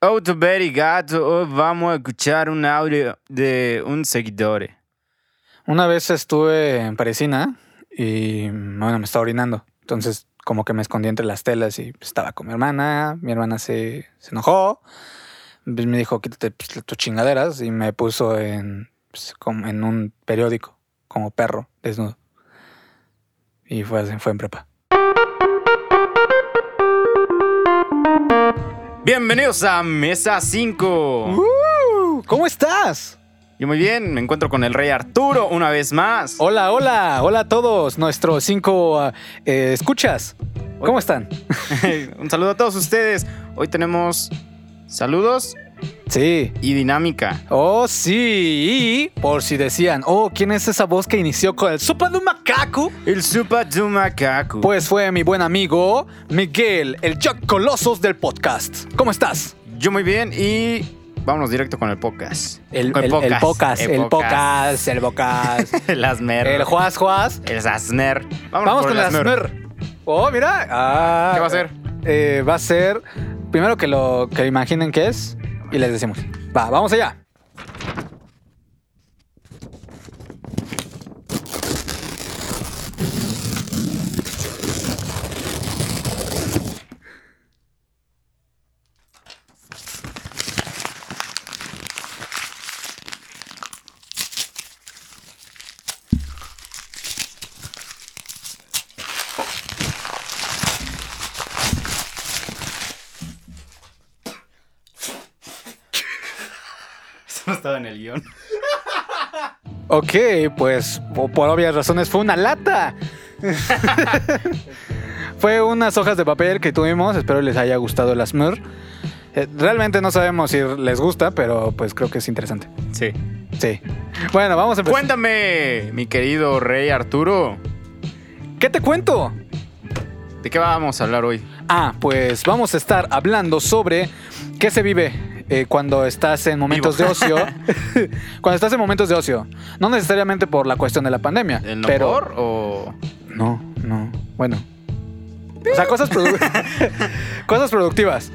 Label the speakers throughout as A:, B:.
A: Otto Berry Gato, hoy vamos a escuchar un audio de un seguidor.
B: Una vez estuve en Parisina y bueno, me estaba orinando. Entonces, como que me escondí entre las telas y pues, estaba con mi hermana. Mi hermana se, se enojó. Pues, me dijo, quítate pues, tus chingaderas y me puso en, pues, como en un periódico, como perro, desnudo. Y fue, así, fue en prepa.
A: Bienvenidos a Mesa 5.
B: ¡Uh! ¿Cómo estás?
A: Yo muy bien, me encuentro con el rey Arturo una vez más.
B: Hola, hola, hola a todos, nuestros cinco eh, escuchas. ¿Cómo están?
A: un saludo a todos ustedes. Hoy tenemos saludos
B: Sí.
A: y dinámica.
B: Oh, sí. Y por si decían, oh, ¿quién es esa voz que inició con el sopa de un macaco?
A: El Supa du Macaco.
B: Pues fue mi buen amigo Miguel, el Jack Colossus del podcast. ¿Cómo estás?
A: Yo muy bien y vámonos directo con el podcast.
B: El,
A: Con
B: el, el podcast, el podcast, el podcast.
A: El Asmer.
B: el Juas Juas.
A: El Asmer.
B: Vamos con las Asmer. Oh, mira. Ah,
A: ¿Qué va a ser?
B: eh, va a ser primero que lo que imaginen que es y les decimos. Va, vamos allá.
A: Eso no estaba en el guión.
B: Ok, pues po- por obvias razones fue una lata. fue unas hojas de papel que tuvimos, espero les haya gustado el ASMR. Eh, realmente no sabemos si les gusta, pero pues creo que es interesante.
A: Sí.
B: Sí. Bueno, vamos a empezar.
A: Cuéntame, mi querido rey Arturo,
B: ¿Qué te cuento?
A: ¿de qué vamos a hablar hoy?
B: Ah, pues vamos a estar hablando sobre qué se vive eh, cuando estás en momentos
A: Vivo.
B: de ocio. cuando estás en momentos de ocio. No necesariamente por la cuestión de la pandemia.
A: ¿El no
B: pero
A: por o...?
B: No, no. Bueno. O sea, cosas, produ- cosas productivas.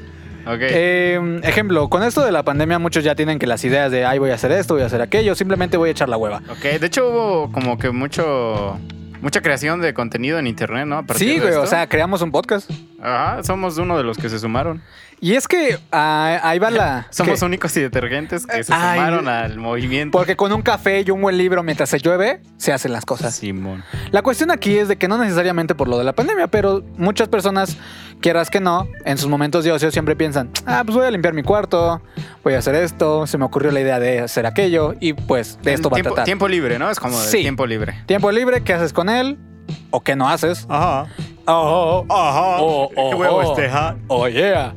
A: Ok.
B: Eh, ejemplo, con esto de la pandemia muchos ya tienen que las ideas de, ay, voy a hacer esto, voy a hacer aquello, simplemente voy a echar la hueva.
A: ok, de hecho hubo como que mucho... Mucha creación de contenido en internet, ¿no? A partir
B: Sí,
A: de
B: güey, o
A: esto.
B: sea, creamos un podcast.
A: Ajá, somos uno de los que se sumaron.
B: Y es que ah, ahí va la...
A: Somos
B: que-
A: únicos y detergentes que se
B: Eh, Ay.
A: sumaron al movimiento.
B: Porque con un café y un buen libro mientras se llueve, se hacen las cosas.
A: Simón.
B: La cuestión aquí es de que no necesariamente por lo de la pandemia, pero muchas personas, quieras que no, en sus momentos de ocio siempre piensan, ah, pues voy a limpiar mi cuarto, voy a hacer esto, se me ocurrió la idea de hacer aquello y pues de esto va
A: tiempo,
B: a tratar.
A: Tiempo libre, ¿no? Es como de
B: Sí.
A: tiempo libre.
B: Tiempo libre, ¿qué haces con él? ¿O qué no haces?
A: Ajá.
B: Oh, oh,
A: Ajá.
B: oh, oh, oh.
A: este.
B: Oh, yeah.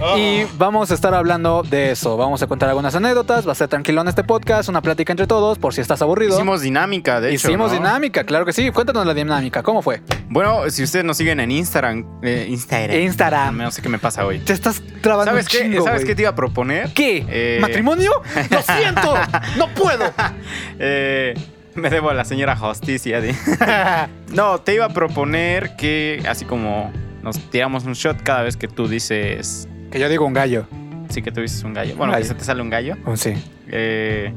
A: Oh.
B: Y vamos a estar hablando de eso. Vamos a contar algunas anécdotas. Va a ser tranquilo en este podcast. Una plática entre todos por si estás aburrido.
A: Hicimos dinámica, de hecho.
B: Hicimos
A: ¿no?
B: dinámica, claro que sí. Cuéntanos la dinámica. ¿Cómo fue?
A: Bueno, si ustedes nos siguen en Instagram. eh, Instagram.
B: Instagram.
A: No sé qué me pasa hoy.
B: Te estás trabando
A: ¿Sabes
B: un
A: qué?
B: chingo,
A: ¿Sabes
B: güey.
A: qué te iba a proponer?
B: ¿Qué?
A: Eh.
B: ¿Matrimonio? ¡Lo siento! ¡No puedo!
A: Eh, me debo a la señora Justicia. de- no, te iba a proponer que así como nos tiramos un shot cada vez que tú dices.
B: Que yo digo un gallo.
A: Sí, que tú dices un gallo. Bueno,
B: gallo.
A: que se te sale un gallo.
B: Oh, sí.
A: Eh,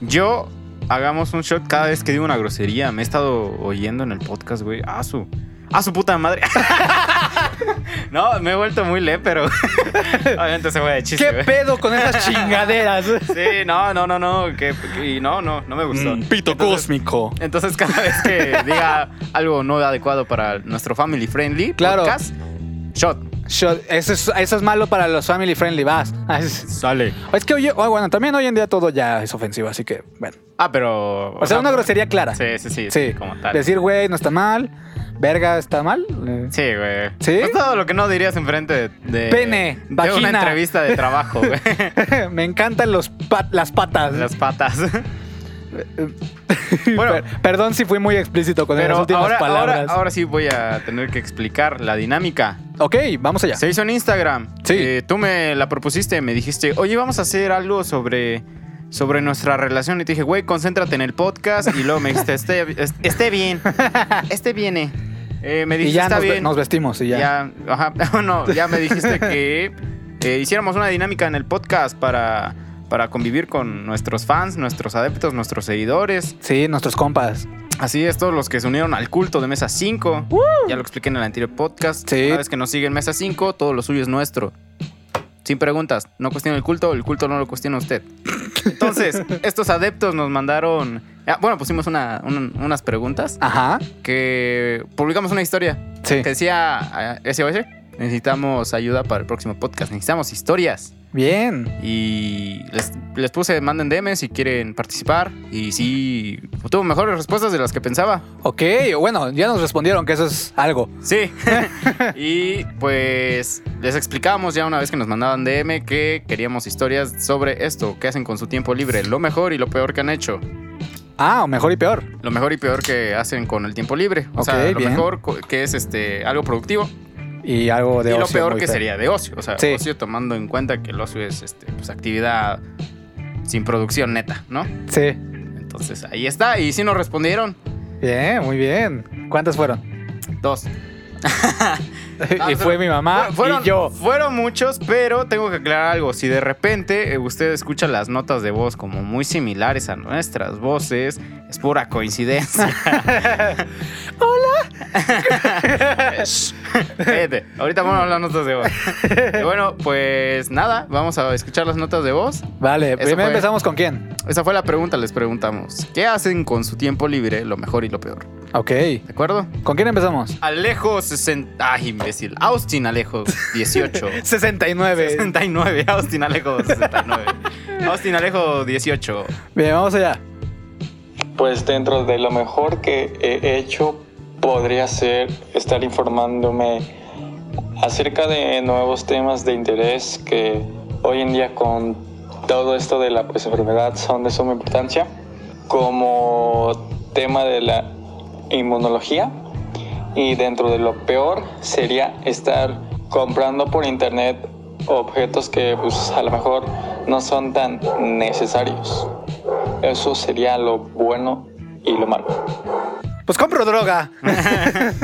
A: yo hagamos un shot cada vez que digo una grosería. Me he estado oyendo en el podcast, güey. A su. A su puta madre. no, me he vuelto muy le, pero. Obviamente se fue de chiste,
B: ¿Qué
A: güey.
B: pedo con esas chingaderas?
A: Sí, no, no, no, no. Que, que- y no, no, Pues no me gustó.
B: Mm, pito
A: Entonces-
B: cósmico.
A: Entonces, cada vez que diga algo no adecuado para nuestro family friendly
B: Claro.
A: podcast, shot.
B: Yo- eso, es, eso es malo para los family friendly, vas. Ah, Es,
A: Sale.
B: es que, oye, oh, bueno, también hoy en día todo ya es ofensivo, así que, bueno.
A: Ah, pero.
B: O, sea, una grosería clara.
A: Sí, sí, sí,
B: Sí.
A: sí. Como tal.
B: Decir, güey, no está mal. Verga, está mal. Eh,
A: Sí, güey.
B: ¿Sí?
A: Pues todo lo que no dirías enfrente de. de-
B: Pene,
A: De
B: vagina.
A: una entrevista de trabajo, güey.
B: Me encantan los pat- las patas.
A: Las patas. Bueno.
B: Per- perdón si fui muy explícito con las
A: Pero
B: últimas
A: ahora,
B: palabras.
A: ahora, ahora sí voy a tener que explicar la dinámica.
B: Ok, vamos allá.
A: Se hizo en Instagram.
B: Sí.
A: Eh, tú me la propusiste, me dijiste, oye, vamos a hacer algo sobre, sobre nuestra relación. Y te dije, güey, concéntrate en el podcast. Y luego me dijiste, esté, est- esté bien. Esté bien. eh". Eh, me
B: y
A: dijiste,
B: ya
A: está
B: nos, ve-
A: bien.
B: nos vestimos y ya.
A: Ya, ajá, no, ya me dijiste que eh, hiciéramos una dinámica en el podcast para, para convivir con nuestros fans, nuestros adeptos, nuestros seguidores.
B: Sí, nuestros compas.
A: Así es, todos los que se unieron al culto de Mesa 5. Ya lo expliqué en el anterior podcast.
B: Sí.
A: Una vez que nos siguen Mesa 5, todo lo suyo es nuestro. Sin preguntas, no cuestiona el culto, el culto no lo cuestiona usted. Entonces, estos adeptos nos mandaron. ah, Bueno, pusimos una- un- unas preguntas
B: Ajá.
A: que publicamos una historia
B: Sí.
A: que decía eh, SOS. Necesitamos ayuda para el próximo podcast. Necesitamos historias.
B: Bien.
A: Y les, les puse, manden DM si quieren participar. Y sí, tuvo mejores respuestas de las que pensaba.
B: Ok, bueno, ya nos respondieron que eso es algo.
A: Sí. y pues les explicamos ya una vez que nos mandaban DM que queríamos historias sobre esto, qué hacen con su tiempo libre, lo mejor y lo peor que han hecho,
B: Ah, o mejor y peor.
A: lo mejor y peor que hacen con el tiempo libre, o
B: Ok,
A: sea, lo
B: bien.
A: mejor co- que es este algo productivo
B: Y algo de
A: y lo
B: ocio
A: peor
B: muy
A: que
B: feo.
A: sería de ocio, o sea,
B: Sí.
A: ocio tomando en cuenta que el ocio es este pues actividad sin producción neta, ¿no?
B: Sí.
A: Entonces, ahí está y sí nos respondieron
B: Bien, muy bien. ¿Cuántas fueron?
A: dos.
B: y
A: pero-
B: fue mi
A: Fue-
B: mamá
A: Ah, fueron,
B: y yo.
A: Fueron muchos, pero tengo que aclarar algo. Si de repente eh, usted escucha las notas de voz como muy similares a nuestras voces, es pura coincidencia. Hola. Cállate. Ahorita vamos a hablar de notas de voz. Y bueno, pues nada, vamos a escuchar las notas de voz.
B: Vale,
A: Eso
B: primero
A: fue.
B: empezamos con quién.
A: Esa fue la pregunta, les preguntamos. ¿Qué hacen con su tiempo libre, lo mejor y lo peor?
B: Ok.
A: ¿De acuerdo?
B: ¿Con quién empezamos?
A: Alejo 60... Ay, imbécil. Austin Alejo 18.
B: 69.
A: 69, Austin Alejo 69. Austin Alejo 18.
B: Bien, vamos allá.
C: Pues dentro de lo mejor que he hecho podría ser estar informándome acerca de nuevos temas de interés que hoy en día con todo esto de la pues, enfermedad son de suma importancia, como tema de la inmunología. Y dentro de lo peor sería estar comprando por internet objetos que pues, a lo mejor no son tan necesarios. Eso sería lo bueno y lo malo.
B: Pues compro droga.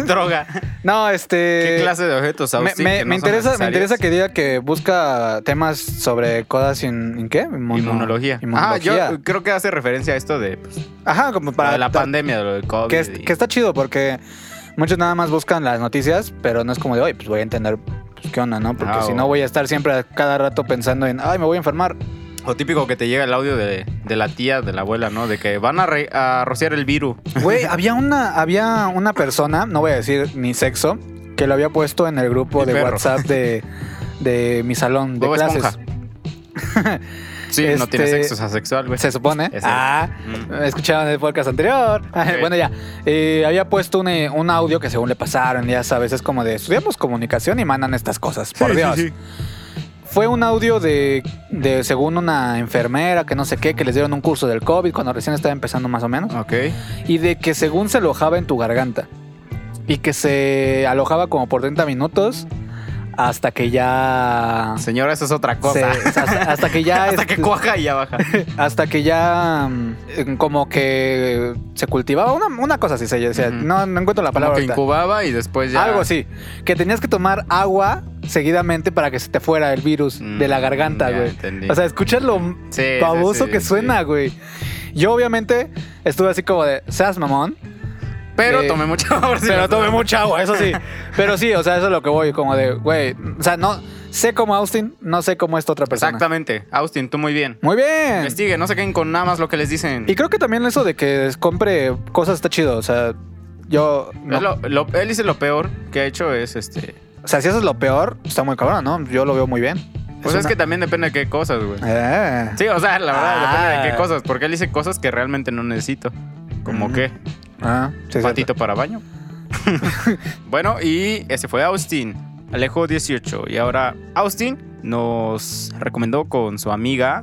A: Droga.
B: No, este.
A: ¿Qué clase de objetos,
B: Me,
A: Austin?
B: me-
A: que no son
B: me interesa, me
A: necesarios?
B: interesa que diga que busca temas sobre cosas en, ¿en qué? Inmuno-
A: Inmunología. Ah,
B: inmunología.
A: yo creo que hace referencia a esto de, pues,
B: Ajá, como
A: lo
B: para
A: de la
B: ta-
A: pandemia, de lo del COVID.
B: que, es-
A: y-
B: que está chido porque muchos nada más buscan las noticias, pero no es como de hoy, pues voy a entender pues, qué onda, ¿no? Porque
A: Ah,
B: si
A: o-
B: no voy a estar siempre a cada rato pensando en, ay, me voy a enfermar.
A: O típico que te llega el audio de, de la tía, de la abuela, ¿no? De que van a, re- a rociar el virus.
B: Güey, había una, había una persona, no voy a decir mi sexo, que lo había puesto en el grupo
A: Mi
B: de
A: perro.
B: WhatsApp de, de mi salón de
A: Bob
B: clases.
A: Esponja. Sí, no tiene
B: Este-
A: sexo, es asexual, güey.
B: Se supone.
A: pues. Ese.
B: Ah,
A: Mm.
B: escucharon el podcast anterior. Bueno, ya. Eh, había puesto un, eh, un audio que según le pasaron, ya sabes, es como de estudiamos comunicación y mandan estas cosas. Por
A: Sí,
B: Dios.
A: sí, sí.
B: Fue un audio de, de, según una enfermera que no sé qué, que les dieron un curso del COVID cuando recién estaba empezando más o menos.
A: Ok.
B: Y de que según se alojaba en tu garganta. Y que se alojaba como por 30 minutos hasta que ya...
A: Señora, eso es otra
B: se-
A: cosa.
B: hasta, hasta que ya...
A: Hasta que
B: este,
A: cuaja y ya baja.
B: hasta que ya mm, como que se cultivaba una, una cosa así. Se, se-
A: Ujú.
B: no, no encuentro la
A: Como
B: palabra.
A: que
B: ahorita.
A: incubaba y después ya.
B: Algo así. Que tenías que tomar agua seguidamente para que se te fuera el virus de la
A: Mm,
B: garganta,
A: ya
B: güey.
A: entendí.
B: O sea, escuchas lo
A: Sí, sí,
B: baboso
A: sí,
B: que
A: sí.
B: suena, güey. Yo obviamente estuve así como de, seas mamón,
A: Pero
B: Eh,
A: tomé mucha agua. sí,
B: pero
A: la-
B: tomé mucha agua, eso sí. Pero sí, o sea, eso es lo que voy, como de, güey, o sea, no sé cómo Austin, no sé cómo esta otra persona.
A: Exactamente. Austin, tú muy bien.
B: Muy bien.
A: Investigue, no se queden con nada más lo que les dicen.
B: Y creo que también eso de que compre cosas está chido. O sea, yo. no-
A: Es lo- lo- él dice lo peor que ha hecho es este.
B: o sea, si eso es lo peor, está muy cabrón, ¿no? Yo lo veo muy bien.
A: Pues es,
B: una-
A: que también depende de qué cosas, güey.
B: Eh.
A: Sí, o sea, la verdad,
B: Ah.
A: depende de qué cosas. Porque él dice cosas que realmente no necesito. Como
B: Mm,
A: que,
B: Ah, sí, es
A: patito para baño. bueno, y ese fue Austin. Alejo 18. Y ahora Austin nos recomendó con su amiga.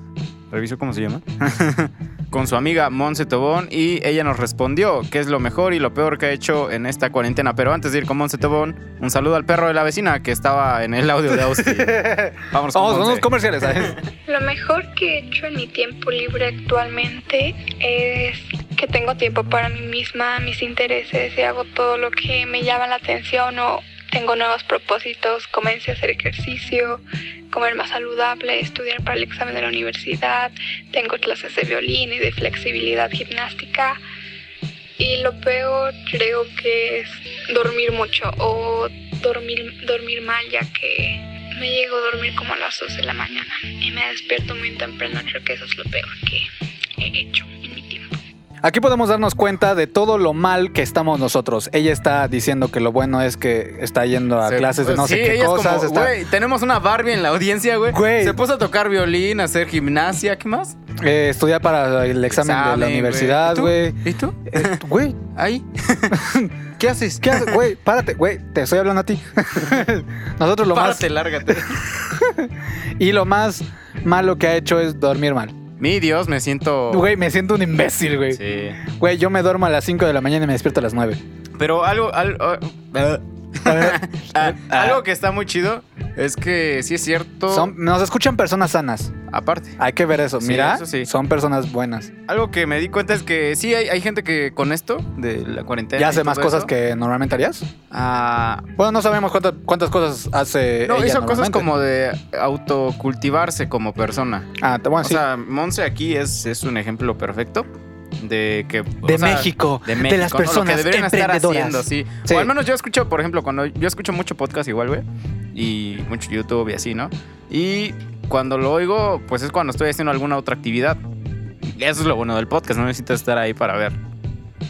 A: Reviso cómo se llama. con su amiga Monse Tobón. Y ella nos respondió qué es lo mejor y lo peor que ha hecho en esta cuarentena. Pero antes de ir con Monse Tobón, un saludo al perro de la vecina que estaba en el audio de Austin.
B: cierto.
A: Vamos con
B: Vamos con
A: Monse.
B: unos comerciales, ¿sabes?
D: Lo mejor que he hecho en mi tiempo libre actualmente es que tengo tiempo para mí misma, mis intereses y hago todo lo que me llama la atención o Tengo nuevos propósitos, comencé a hacer ejercicio, comer más saludable, estudiar para el examen de la universidad, tengo clases de violín y de flexibilidad gimnástica. Y lo peor creo que es dormir mucho o dormir, dormir mal ya que me llego a dormir como a las 2 de la mañana y me despierto muy temprano. Creo que eso es lo peor que he hecho en mi tiempo.
B: Aquí podemos darnos cuenta de todo lo mal que estamos nosotros. Ella está diciendo que lo bueno es que está yendo a
A: Se-
B: clases de no
A: sí,
B: sé qué
A: ella es
B: cosas.
A: como,
B: está-
A: "Güey, tenemos una Barbie en la audiencia, güey.
B: Güey.
A: Se puso a tocar violín, a hacer gimnasia, ¿qué más?
B: eh, estudia para el examen de la
A: Examen,
B: universidad, güey.
A: ¿Y tú? ¿Y tú?
B: Eh, Güey,
A: Ahí. ¿Qué haces?
B: ¿qué haces? Güey, párate, güey, te estoy hablando a ti. Nosotros lo
A: Párate, lárgate.
B: más. Y lo más malo que ha hecho es dormir mal.
A: Mi Dios, me siento.
B: Güey, me siento un imbécil, güey.
A: Sí.
B: Güey, yo me duermo a las 5 de la mañana y me despierto a las 9.
A: Pero algo. al- ah, ah, algo que está muy chido es que sí es cierto.
B: Son- nos escuchan personas sanas.
A: Aparte.
B: Hay que ver eso.
A: Sí,
B: Mira,
A: eso sí.
B: son personas buenas.
A: Algo que me di cuenta es que sí hay, hay gente que con esto, de la cuarentena.
B: ¿Ya
A: y
B: hace
A: todo
B: más cosas
A: eso,
B: que normalmente harías?
A: ah,
B: Bueno, no sabemos cuántas, cuántas cosas hace.
A: no,
B: ella
A: hizo cosas
B: normalmente.
A: como de autocultivarse como persona.
B: Ah, te- bueno,
A: O
B: sí.
A: sea, Monse aquí es, es un ejemplo perfecto de que... o
B: de
A: sea,
B: México, de,
A: De México,
B: las
A: ¿no? Lo que
B: personas
A: deberían estar
B: emprendedoras.
A: haciendo, sí.
B: Sí.
A: O al menos yo escucho, por ejemplo, cuando yo escucho mucho podcast igual, güey, y mucho YouTube y así, ¿no? Y cuando lo oigo, pues es cuando estoy haciendo alguna otra actividad. Eso es lo bueno del podcast, no necesitas estar ahí para ver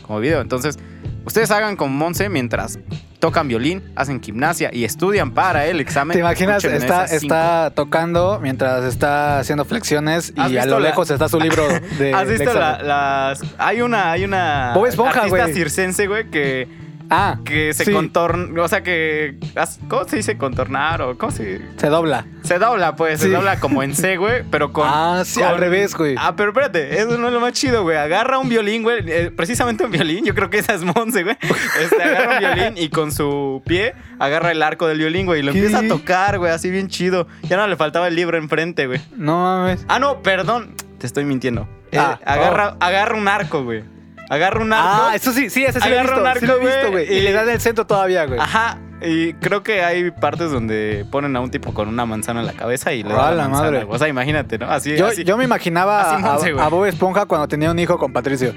A: como video. Entonces, ustedes hagan con Monse mientras tocan violín, hacen gimnasia y estudian para el examen.
B: ¿Te imaginas?
A: Escuchen
B: Está,
A: esas cinco.
B: está tocando mientras está haciendo flexiones
A: ¿Has
B: y a
A: visto
B: lo
A: la-
B: lejos está su libro de.
A: ¿Has visto
B: Lexan.
A: la- las...? Hay una... Hay una
B: eh, Bob Esponja,
A: artista
B: güey.
A: circense, güey, que,
B: Ah,
A: que se
B: Sí.
A: contorna... O sea, que... as- ¿Cómo se dice contornar? o cómo se...?
B: se dobla.
A: Se dobla, pues.
B: Sí.
A: Se dobla como en C, güey, pero con...
B: ah, sí, al
A: con-
B: revés, güey.
A: Ah, pero espérate, eso no es lo más chido, güey. Agarra un violín, güey. eh, precisamente un violín, yo creo que esa es Monse, güey. Este, agarra un violín y con su pie agarra el arco del violín, güey. Y lo
B: ¿Qué?
A: empieza a tocar, güey, así bien chido. Ya no le faltaba el libro enfrente, güey.
B: No mames.
A: Ah, no, perdón. Te estoy mintiendo. Eh,
B: Ah,
A: agarra, agarra un arco, güey. Agarra un arco.
B: Ah, eso sí, sí, ese sí lo he
A: Agarra
B: visto,
A: un
B: sí lo he
A: arco,
B: visto,
A: güey,
B: güey. Y
A: y-
B: le dan el centro todavía, güey.
A: Ajá. Y creo que hay partes donde ponen a un tipo con una manzana en la cabeza y le dan
B: Ah,
A: la,
B: la
A: manzana,
B: madre.
A: güey. O sea, imagínate, ¿no? Así,
B: Yo,
A: así.
B: yo me imaginaba
A: Así, Monse,
B: a,
A: güey.
B: a Bob Esponja cuando tenía un hijo con Patricio.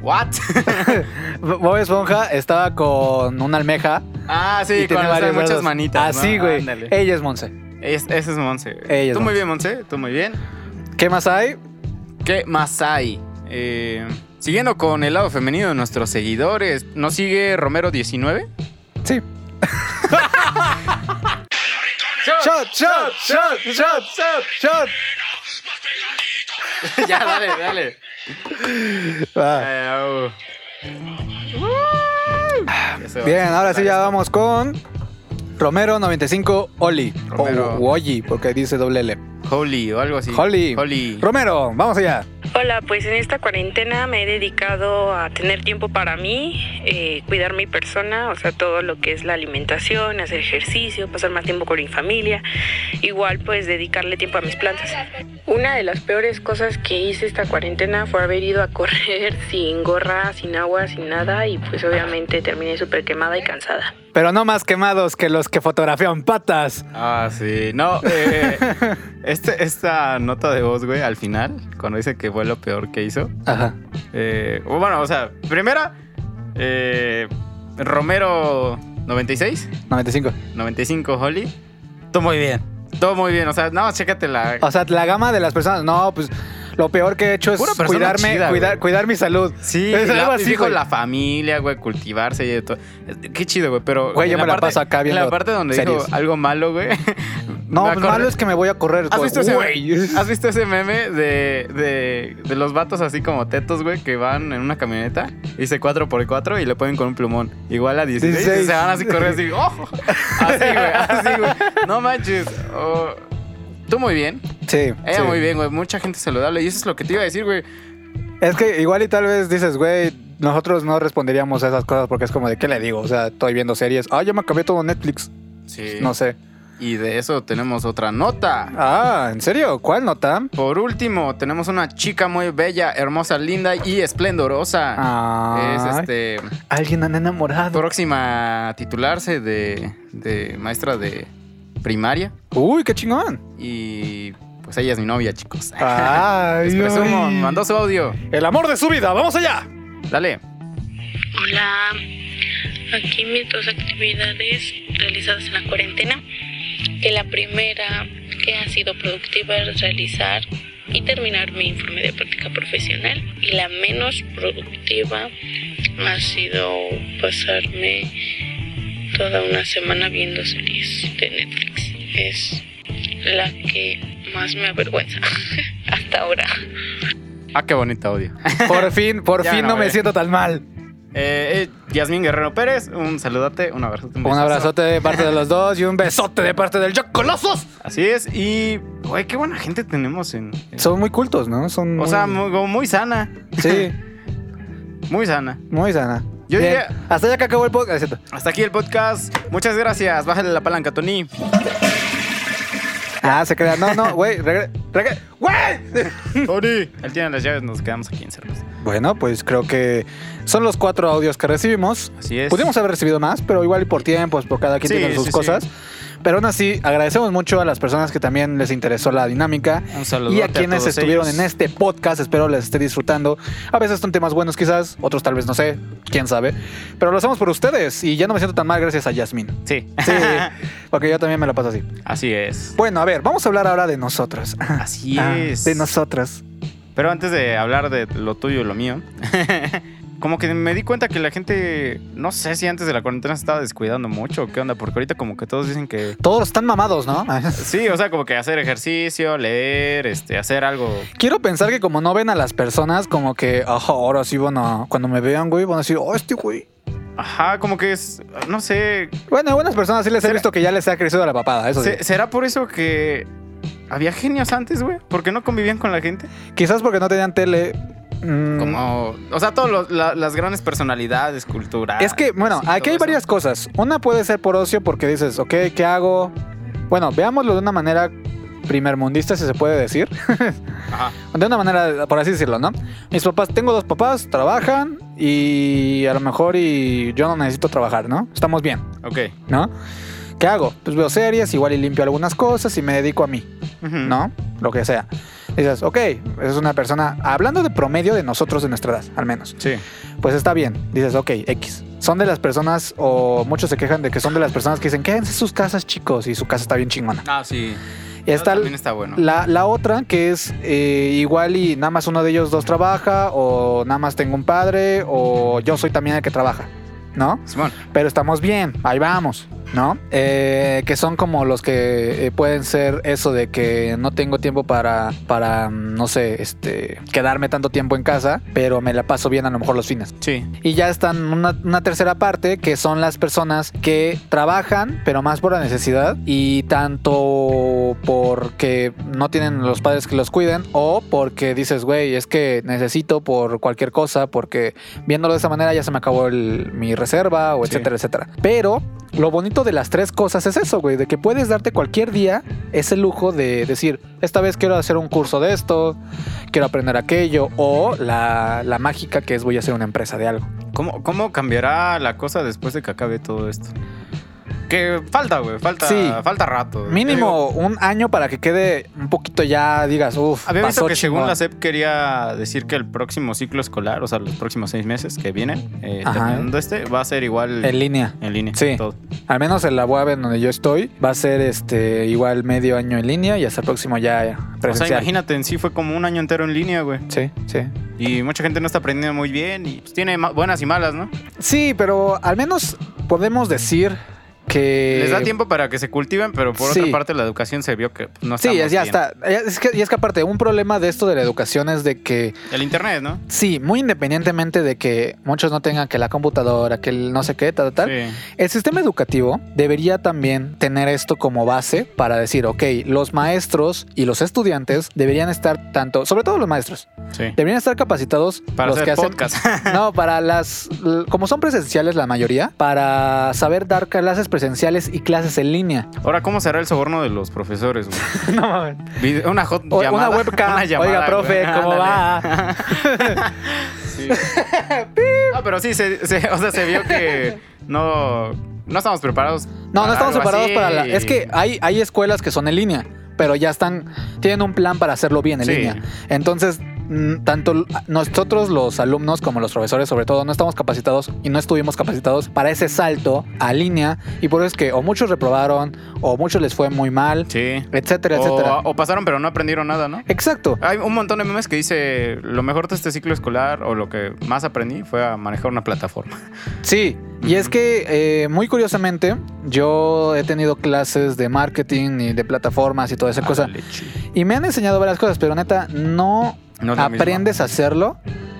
A: What?
B: Bob Esponja estaba con una almeja.
A: ah, sí,
B: y tenía
A: con las-
B: varios
A: muchas
B: brazos.
A: manitas.
B: Así,
A: ¿no?
B: güey.
A: Ándale.
B: Ella es Monse.
A: Es- ese es Monse.
B: Ella es
A: Tú muy
B: Monse.
A: bien, Monse. Tú muy bien.
B: ¿Qué más hay?
A: ¿Qué más hay? Eh, siguiendo con el lado femenino de nuestros seguidores, ¿nos sigue Romero19?
B: Sí. Shot, shot, shot, shot, shot, shot.
A: ya, dale, dale.
B: Ah,
A: Eh, au. Ya se va.
B: Bien, ahora sí ya vamos con Romero 95 Oli.
A: Romero.
B: O, o Oli, porque dice doble L.
A: Holy o algo así.
B: Oli.
A: Holy.
B: Romero, vamos allá.
E: Hola, pues en esta cuarentena me he dedicado a tener tiempo para mí, eh, cuidar mi persona, o sea, todo lo que es la alimentación, hacer ejercicio, pasar más tiempo con mi familia, igual pues dedicarle tiempo a mis plantas. Una de las peores cosas que hice esta cuarentena fue haber ido a correr sin gorra, sin agua, sin nada y pues obviamente terminé súper quemada y cansada.
B: Pero no más quemados que los que fotografían patas.
A: Ah, sí. No, eh, este, esta nota de voz, güey, al final, cuando dice que fue lo peor que hizo.
B: Ajá.
A: eh, o bueno, o sea, primera, eh, Romero 96,
B: 95.
A: 95 Holly. Todo muy bien. Ah, Todo muy bien. O sea, no, chécate la.
B: O sea, la gama de las personas. No, pues lo peor que he hecho es
A: Pura persona
B: cuidarme,
A: chida,
B: cuidar,
A: güey.
B: cuidar mi salud.
A: Sí,
B: es
A: la,
B: algo así,
A: dijo
B: güey.
A: la familia, güey, cultivarse y de todo. Qué chido, güey, pero...
B: Güey, yo
A: en
B: me la paso acá
A: en
B: viendo
A: la parte donde
B: series.
A: dijo algo malo, güey.
B: No,
A: me
B: pues
A: acordé-
B: malo es que me voy a correr.
A: ¿Has
B: güey.
A: visto, ese,
B: Güey.
A: has visto ese meme de, de, de los vatos así como tetos, güey, que van en una camioneta, dice 4x4 y le ponen con un plumón. Igual a 16, y
B: 16.
A: se van así corriendo así, ¡ojo! Así, güey, así, güey. No manches. Oh, Tú muy bien,
B: Sí.
A: ella
B: sí.
A: muy bien, güey. Mucha gente saludable. Y eso es lo que te iba a decir, güey.
B: Es que igual y tal vez dices, güey, nosotros no responderíamos a esas cosas porque es como de qué le digo. O sea, estoy viendo series. Ah, yo me acabé todo Netflix.
A: Sí.
B: No sé.
A: Y de eso tenemos otra nota.
B: Ah, ¿en serio? ¿Cuál nota?
A: Por último, tenemos una chica muy bella, hermosa, linda y esplendorosa.
B: Ah,
A: Es este
B: alguien han enamorado.
A: próxima a titularse de, de maestra de primaria.
B: Uy, qué chingón.
A: Y pues ella es mi novia, chicos.
B: Ay,
A: Les presumo,
B: ay.
A: mandó su audio.
B: El amor de su vida, vamos allá.
A: Dale.
F: Hola, aquí mis dos actividades realizadas en la cuarentena. Que la primera que ha sido productiva es realizar y terminar mi informe de práctica profesional. Y la menos productiva ha sido pasarme toda una semana viendo series de Netflix. Es la que más me avergüenza hasta ahora.
A: Ah, qué bonito audio.
B: Por fin, por
A: Ya
B: fin
A: no,
B: no me
A: güey.
B: siento tan mal.
A: Eh, eh, Yasmín Guerrero Pérez, un saludote, un abrazote.
B: Un
A: besazo.
B: abrazote de parte de los dos y un besote de parte del Jack Colossus.
A: Así es. Y, güey, qué buena gente tenemos en. en-
B: Son muy cultos, ¿no? Son
A: o
B: muy-
A: sea, muy, como muy sana.
B: sí,
A: Muy sana.
B: muy sana.
A: Yo
B: Bien.
A: diría-
B: Hasta ya que acabó el podcast. es cierto.
A: Hasta aquí el podcast. Muchas gracias. Bájale la palanca, Tony.
B: Ah, se crea. No, no, güey. regre- regre- ¡Güey!
A: Tony. Él tiene las llaves, nos quedamos aquí encerrados.
B: Bueno, pues creo que son los cuatro audios que recibimos.
A: Así es.
B: Pudimos haber recibido más, pero igual y por tiempos, por cada quien
A: Sí,
B: tiene sus
A: sí, sí.
B: cosas. Pero aún así, agradecemos mucho a las personas que también les interesó la dinámica.
A: Un saludo
B: y a quienes estuvieron en este podcast. Espero les esté disfrutando. A veces son temas buenos quizás, otros tal vez no sé, quién sabe. Pero lo hacemos por ustedes y ya no me siento tan mal gracias a Yasmín.
A: Sí.
B: Sí, porque yo también me la paso así.
A: Así es.
B: Bueno, a ver, vamos a hablar ahora de nosotros.
A: Así
B: Ah,
A: es.
B: de nosotras.
A: Pero antes de hablar de lo tuyo y lo mío, como que me di cuenta que la gente, no sé si antes de la cuarentena se estaba descuidando mucho o qué onda, porque ahorita como que todos dicen que...
B: Todos están mamados, Ah, ¿no?
A: Sí, o sea, como que hacer ejercicio, leer, este, hacer algo.
B: Quiero pensar que como no ven a las personas, como que, "Ajá, ahora sí van a, cuando me vean, güey, van a decir, oh, este güey.
A: Ajá, como que es, no sé,
B: Bueno, a buenas personas sí les he
A: Será-
B: visto que ya les ha crecido la papada, eso sí.
A: ¿se- ¿será por eso que había genios antes, güey? ¿Por qué no convivían con la gente?
B: Quizás porque no tenían tele. mm,
A: Como, o sea, todas las grandes personalidades, cultura.
B: Es que, bueno,
A: sí,
B: aquí
A: todo
B: hay
A: eso.
B: varias cosas. Una puede ser por ocio porque dices, ok, ¿qué hago? Bueno, veámoslo de una manera primermundista, si se puede decir.
A: Ajá.
B: De una manera, por así decirlo, ¿no? Mis papás, tengo dos papás, trabajan y a lo mejor y yo no necesito trabajar, ¿no? Estamos bien,
A: Ok.
B: ¿no? ¿Qué hago? Pues veo series, igual y limpio algunas cosas y me dedico a mí,
A: Ujú.
B: ¿no? Lo que sea. Dices, ok, es una persona, hablando de promedio de nosotros de nuestra edad, al menos
A: Sí.
B: pues está bien. Dices, ok, X. Son de las personas, o muchos se quejan de que son de las personas que dicen, quédense en sus casas, chicos, y su casa está bien chingona.
A: Ah, sí.
B: Y está
A: También está bueno.
B: la, la otra, que es eh, igual y nada más uno de ellos dos trabaja, o nada más tengo un padre, o yo soy también el que trabaja, ¿no?
A: Simón.
B: Pero estamos bien, ahí vamos, ¿no? Eh, que son como los que eh, pueden ser eso de que no tengo tiempo para, para, mm, no sé, este, quedarme tanto tiempo en casa, pero me la paso bien a lo mejor los fines.
A: Sí.
B: Y ya están una, una tercera parte, que son las personas que trabajan, pero más por la necesidad y tanto porque no tienen los padres que los cuiden o porque dices, güey, es que necesito por cualquier cosa, porque viéndolo de esa manera ya se me acabó el- mi reserva o
A: Sí.
B: etcétera, etcétera. Pero lo bonito de las tres cosas es eso, güey, de que puedes darte cualquier día ese lujo de decir, esta vez quiero hacer un curso de esto, quiero aprender aquello, o la, la mágica que es voy a hacer una empresa de algo.
A: ¿Cómo, ¿Cómo cambiará la cosa después de que acabe todo esto? Que falta, güey. Falta,
B: Sí.
A: falta rato.
B: Mínimo un año para que quede un poquito ya, digas, uff,
A: Había visto
B: pasó
A: que según
B: chingón".
A: la SEP quería decir que el próximo ciclo escolar, o sea, los próximos seis meses que vienen, eh,
B: Ajá.
A: terminando este, va a ser igual
B: En línea.
A: en línea.
B: Sí.
A: todo.
B: Al menos en la UAB en donde yo estoy, va a ser este igual medio año en línea y hasta el próximo ya
A: O sea,
B: presencial.
A: imagínate, en sí fue como un año entero en línea, güey.
B: sí, sí.
A: Y mucha gente no está aprendiendo muy bien y pues, tiene ma- buenas y malas, ¿no?
B: Sí, pero al menos podemos decir que.
A: Les da tiempo para que se cultiven, pero por
B: Eh, sí.
A: otra parte la educación se vio que pues, no
B: Sí,
A: estamos
B: ya
A: bien.
B: está. Ya- Es que, y es que aparte, un problema de esto de la educación es de que,
A: El internet, ¿no?
B: sí, muy independientemente de que muchos no tengan que la computadora, que el no sé qué, tal, tal,
A: Sí.
B: el sistema educativo debería también tener esto como base para decir, ok, los maestros y los estudiantes deberían estar tanto, sobre todo los maestros,
A: Sí.
B: deberían estar capacitados
A: Para
B: los que
A: hacer
B: hacen
A: podcast.
B: No, para las. Como son presenciales la mayoría, para saber dar clases presenciales y clases en línea.
A: Ahora, ¿cómo será el soborno de los profesores, güey?
B: No mames.
A: Vide- Una hot
B: O-
A: llamada.
B: una webcam.
A: llamada,
B: Oiga, profe,
A: güey.
B: ¿cómo
A: Ándale. Sí. No, pero sí, se, se- o sea, se vio que no. No estamos preparados.
B: No, no
A: para
B: estamos
A: algo
B: preparados
A: así.
B: para la. Es que hay, hay escuelas que son en línea, pero ya están. Tienen un plan para hacerlo bien en
A: Sí.
B: línea. Entonces, mm, tanto l- nosotros, los alumnos, como los profesores, sobre todo, no estamos capacitados y no estuvimos capacitados para ese salto a línea. Y por eso es que o muchos reprobaron, o muchos les fue muy mal,
A: Sí.
B: etcétera, etcétera.
A: O, o pasaron, pero no aprendieron nada, ¿no?
B: Exacto.
A: Hay un montón de memes que dice lo mejor de este ciclo escolar o lo que más aprendí fue a manejar una plataforma.
B: Sí, y es que eh, muy curiosamente yo he tenido clases de marketing y de plataformas y toda esa cosa.
A: A la leche.
B: Y me han enseñado varias cosas, pero neta, no
A: No es lo mismo.
B: aprendes a hacerlo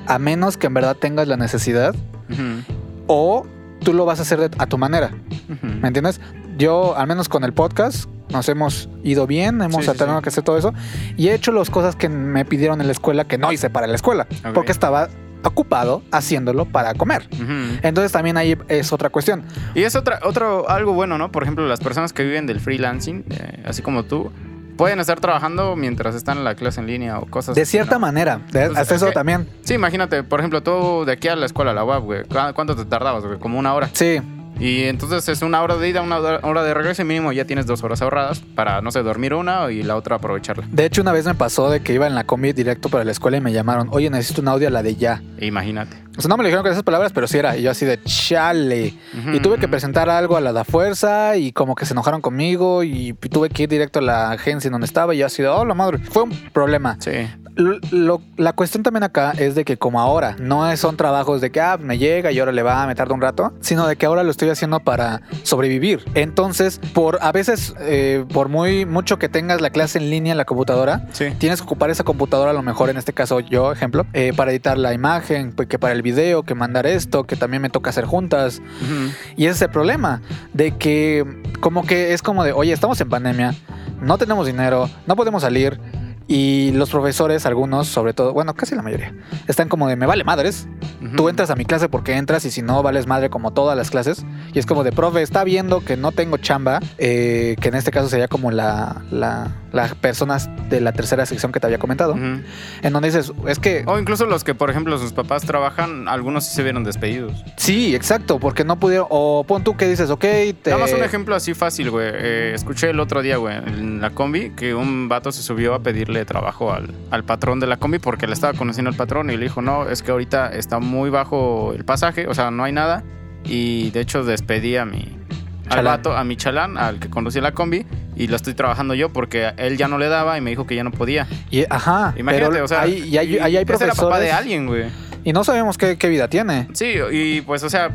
B: a menos que en verdad tengas la necesidad
A: Ujú,
B: o tú lo vas a hacer de- a tu manera.
A: ujú.
B: ¿Me entiendes? Yo, al menos con el podcast, nos hemos ido bien, hemos
A: Sí, sí,
B: tratado
A: sí.
B: que hacer todo eso y he hecho las cosas que me pidieron en la escuela que no hice para la escuela
A: Ok.
B: porque estaba ocupado haciéndolo para comer.
A: Ujú.
B: Entonces también ahí es otra cuestión.
A: Y es otra, otro algo bueno, ¿no? Por ejemplo, las personas que viven del freelancing, eh, así como tú, pueden estar trabajando mientras están en la clase en línea o cosas
B: De
A: así,
B: cierta
A: ¿no?
B: manera,
A: Pues,
B: de- hasta
A: es
B: eso
A: que-
B: también.
A: Sí, imagínate, por ejemplo, tú de aquí a la escuela, a la UAB, güey, ¿cu- ¿cuánto te tardabas, güey? Como una hora.
B: Sí,
A: Y entonces es una hora de ida, una hora hora de regreso y mínimo ya tienes dos horas ahorradas para, no sé, dormir una y la otra aprovecharla.
B: de hecho una vez me pasó de que iba en la combi directo para la escuela y me llamaron, oye, necesito un audio a la de ya.
A: Imagínate.
B: O sea, no me lo dijeron con esas palabras, pero sí era. Y yo así de chale.
A: Ujú,
B: Y tuve que
A: ujú.
B: presentar algo a la da fuerza y como que se enojaron conmigo y tuve que ir directo a la agencia en donde estaba y yo así de, oh, la madre. Fue un problema.
A: Sí.
B: Lo- lo- la cuestión también acá es de que como ahora, no es- son trabajos de que, ah, me llega y ahora le va, me tarda un rato, sino de que ahora lo estoy haciendo para sobrevivir. Entonces, por a veces, eh, por muy mucho que tengas la clase en línea en la computadora,
A: Sí.
B: tienes que ocupar esa computadora, a lo mejor en este caso yo, ejemplo, eh, para editar la imagen, pues, que para el video, que mandar esto, que también me toca hacer juntas.
A: Ujú.
B: Y ese es el problema, de que como que es como de, oye, estamos en pandemia, no tenemos dinero, no podemos salir. Y los profesores, algunos, sobre todo, bueno, casi la mayoría, están como de, me vale madres,
A: Ujú.
B: tú entras a mi clase porque entras y si no, vales madre como todas las clases. Y es como de, profe, está viendo que no tengo chamba, eh, que en este caso sería como la, la, las personas de la tercera sección que te había comentado,
A: Ujú.
B: en donde dices, es que
A: O incluso los que, por ejemplo, sus papás trabajan, algunos sí se vieron despedidos.
B: sí, exacto, porque no pudieron, o pon tú que dices, ok, te...
A: Nada más un ejemplo así fácil, güey. Eh, escuché el otro día, güey, en la combi, que un vato se subió a pedirle trabajo al, al patrón de la combi porque le estaba conociendo al patrón y le dijo, no, es que ahorita está muy bajo el pasaje, o sea, no hay nada. Y de hecho despedí a mi... Al
B: Chalán.
A: vato, a mi chalán, al que conducía la combi, y lo estoy trabajando yo porque a él ya no le daba y me dijo que ya no podía.
B: Y- ajá,
A: Imagínate,
B: pero
A: o sea,
B: ahí, y hay-
A: y
B: ahí hay
A: ese era papá de
B: profesores
A: alguien, güey.
B: y no sabemos qué, qué vida tiene.
A: Sí, y pues, o sea,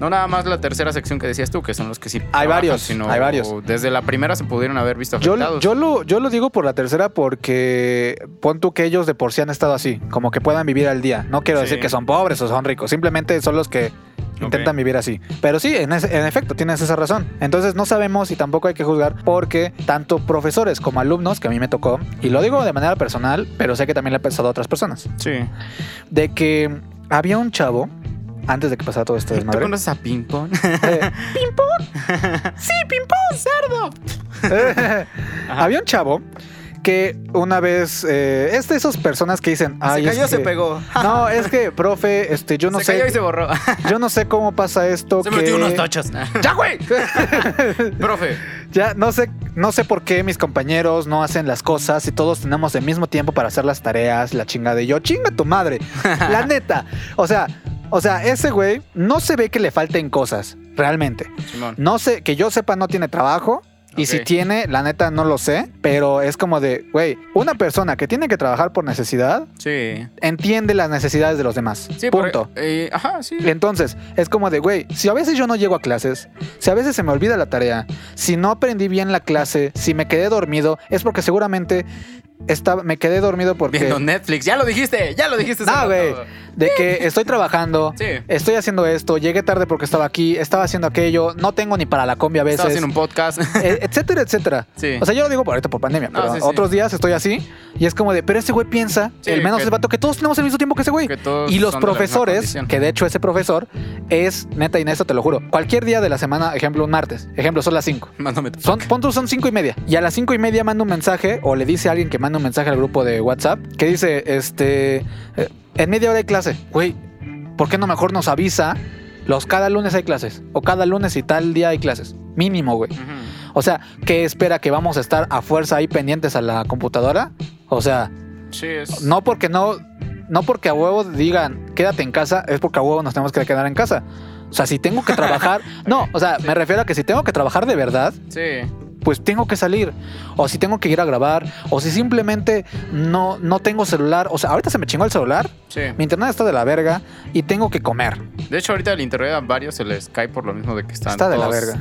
A: no nada más la tercera sección que decías tú, que son los que sí. trabajan,
B: varios, hay varios.
A: Desde la primera se pudieron haber visto
B: Yo,
A: afectados.
B: yo, lo, yo lo digo por la tercera porque pon tú que ellos de por sí han estado así, como que puedan vivir al día. No quiero
A: Sí.
B: decir que son pobres o son ricos, simplemente son los que intentan
A: Ok.
B: vivir así. Pero sí, en, es- en efecto, tienes esa razón. Entonces no sabemos y tampoco hay que juzgar porque tanto profesores como alumnos, que a mí me tocó, y lo digo de manera personal, pero sé que también le ha pensado a otras personas,
A: Sí.
B: de que había un chavo, antes de que pasara todo este
A: ¿Tú
B: desmadre,
A: conoces a Ping Pong?
B: eh,
A: sí, Ping Pong, cerdo.
B: Había un chavo que una vez eh, es de esas personas que dicen, ay,
A: se cayó,
B: es
A: se
B: que-
A: pegó.
B: No, es que, profe, este, yo no
A: se
B: sé,
A: cayó y se borró.
B: yo no sé cómo pasa esto.
A: se
B: que-
A: metió unos tochos.
B: Ya, güey.
A: Profe.
B: ya no sé, no sé por qué mis compañeros no hacen las cosas y todos tenemos el mismo tiempo para hacer las tareas, la chingada y yo, chinga tu madre. la neta. O sea, o sea, ese güey no se ve que le falten cosas, realmente.
A: Simón.
B: No sé, que yo sepa, no tiene trabajo. Y si
A: Ok.
B: tiene, la neta no lo sé, pero es como de, güey, una persona que tiene que trabajar por necesidad
A: Sí.
B: entiende las necesidades de los demás.
A: Sí, por-
B: punto.
A: eh, ajá, sí.
B: Entonces, es como de, güey, si a veces yo no llego a clases, si a veces se me olvida la tarea, si no aprendí bien la clase, si me quedé dormido, es porque seguramente estaba, me quedé dormido porque
A: Viendo Netflix. Ya lo dijiste, ya lo dijiste.
B: No,
A: cerdo.
B: güey. de que estoy trabajando,
A: Sí.
B: estoy haciendo esto, llegué tarde porque estaba aquí, estaba haciendo aquello, no tengo ni para la combi a
A: Estaba
B: veces,
A: haciendo un podcast.
B: eh, etcétera, etcétera.
A: sí.
B: Pues O sea, yo lo digo por ahorita por pandemia,
A: No,
B: pero
A: sí, sí.
B: otros días estoy así y es como de, pero ese güey piensa,
A: Sí,
B: el menos
A: que-
B: el vato, que todos tenemos el mismo tiempo que ese güey.
A: que todos
B: Y los
A: son de la misma
B: profesores,
A: condición.
B: que de hecho ese profesor es, neta y neta, te lo juro, cualquier día de la semana, ejemplo, un martes, ejemplo, son las 5.
A: Mándame tu-
B: Son, pon tú, son cinco y media. Y a las cinco y media manda un mensaje o le dice a alguien que manda un mensaje al grupo de WhatsApp que dice, este, eh, en media hora de clase, güey, ¿por qué no mejor nos avisa Los cada lunes hay clases. O cada lunes y tal día hay clases. Mínimo, güey.
A: Ujú.
B: O sea, ¿qué espera que vamos a estar a fuerza ahí pendientes a la computadora? O sea,
A: Sí, es.
B: no porque no, no porque a huevo digan quédate en casa, es porque a huevo nos tenemos que quedar en casa. O sea, si tengo que trabajar, no, o sea, me refiero a que si tengo que trabajar de verdad,
A: Sí.
B: pues tengo que salir. O si tengo que ir a grabar, o si simplemente no, no tengo celular. O sea, ahorita se me chingó el celular,
A: Sí.
B: mi internet está de la verga y tengo que comer.
A: De hecho, ahorita el internet a varios se les cae por lo mismo de que están
B: Está de la
A: todos,
B: verga.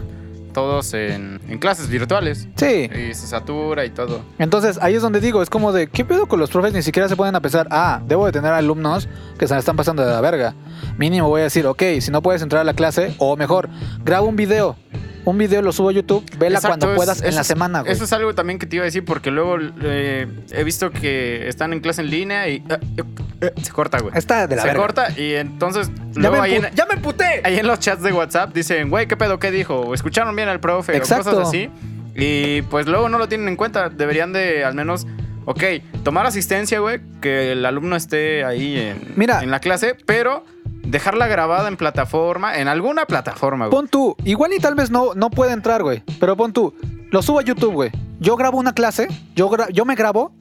A: todos en, en clases virtuales.
B: Sí.
A: Y se satura y todo.
B: Entonces ahí es donde digo, es como de, ¿qué pedo con los profes? Ni siquiera se pueden a pensar, ah, debo de tener alumnos que se la están pasando de la verga. Mínimo voy a decir, ok, si no puedes entrar a la clase, o mejor, grabo un video. Un video lo subo a YouTube, vela
A: Exacto,
B: cuando
A: es-
B: puedas en
A: eso
B: la
A: es-
B: semana, güey.
A: Eso es algo también que te iba a decir porque luego eh, he visto que están en clase en línea y ah, eh, eh, se corta, güey.
B: Está de la
A: Se
B: verga.
A: corta y entonces
B: Ya
A: luego
B: me
A: ahí,
B: empu-
A: en, emputé! Ahí en los chats de WhatsApp dicen, güey, ¿qué pedo? ¿Qué dijo? O escucharon bien al profe
B: Exacto.
A: o cosas así. Y pues luego no lo tienen en cuenta. Deberían de al menos, ok, tomar asistencia, güey, que el alumno esté ahí en,
B: Mira.
A: en la clase, pero dejarla grabada en plataforma, en alguna plataforma, güey.
B: Pon tú, igual y tal vez no, no puede entrar, güey. Pero pon tú, lo subo a YouTube, güey. Yo grabo una clase, yo, gra- yo me grabo,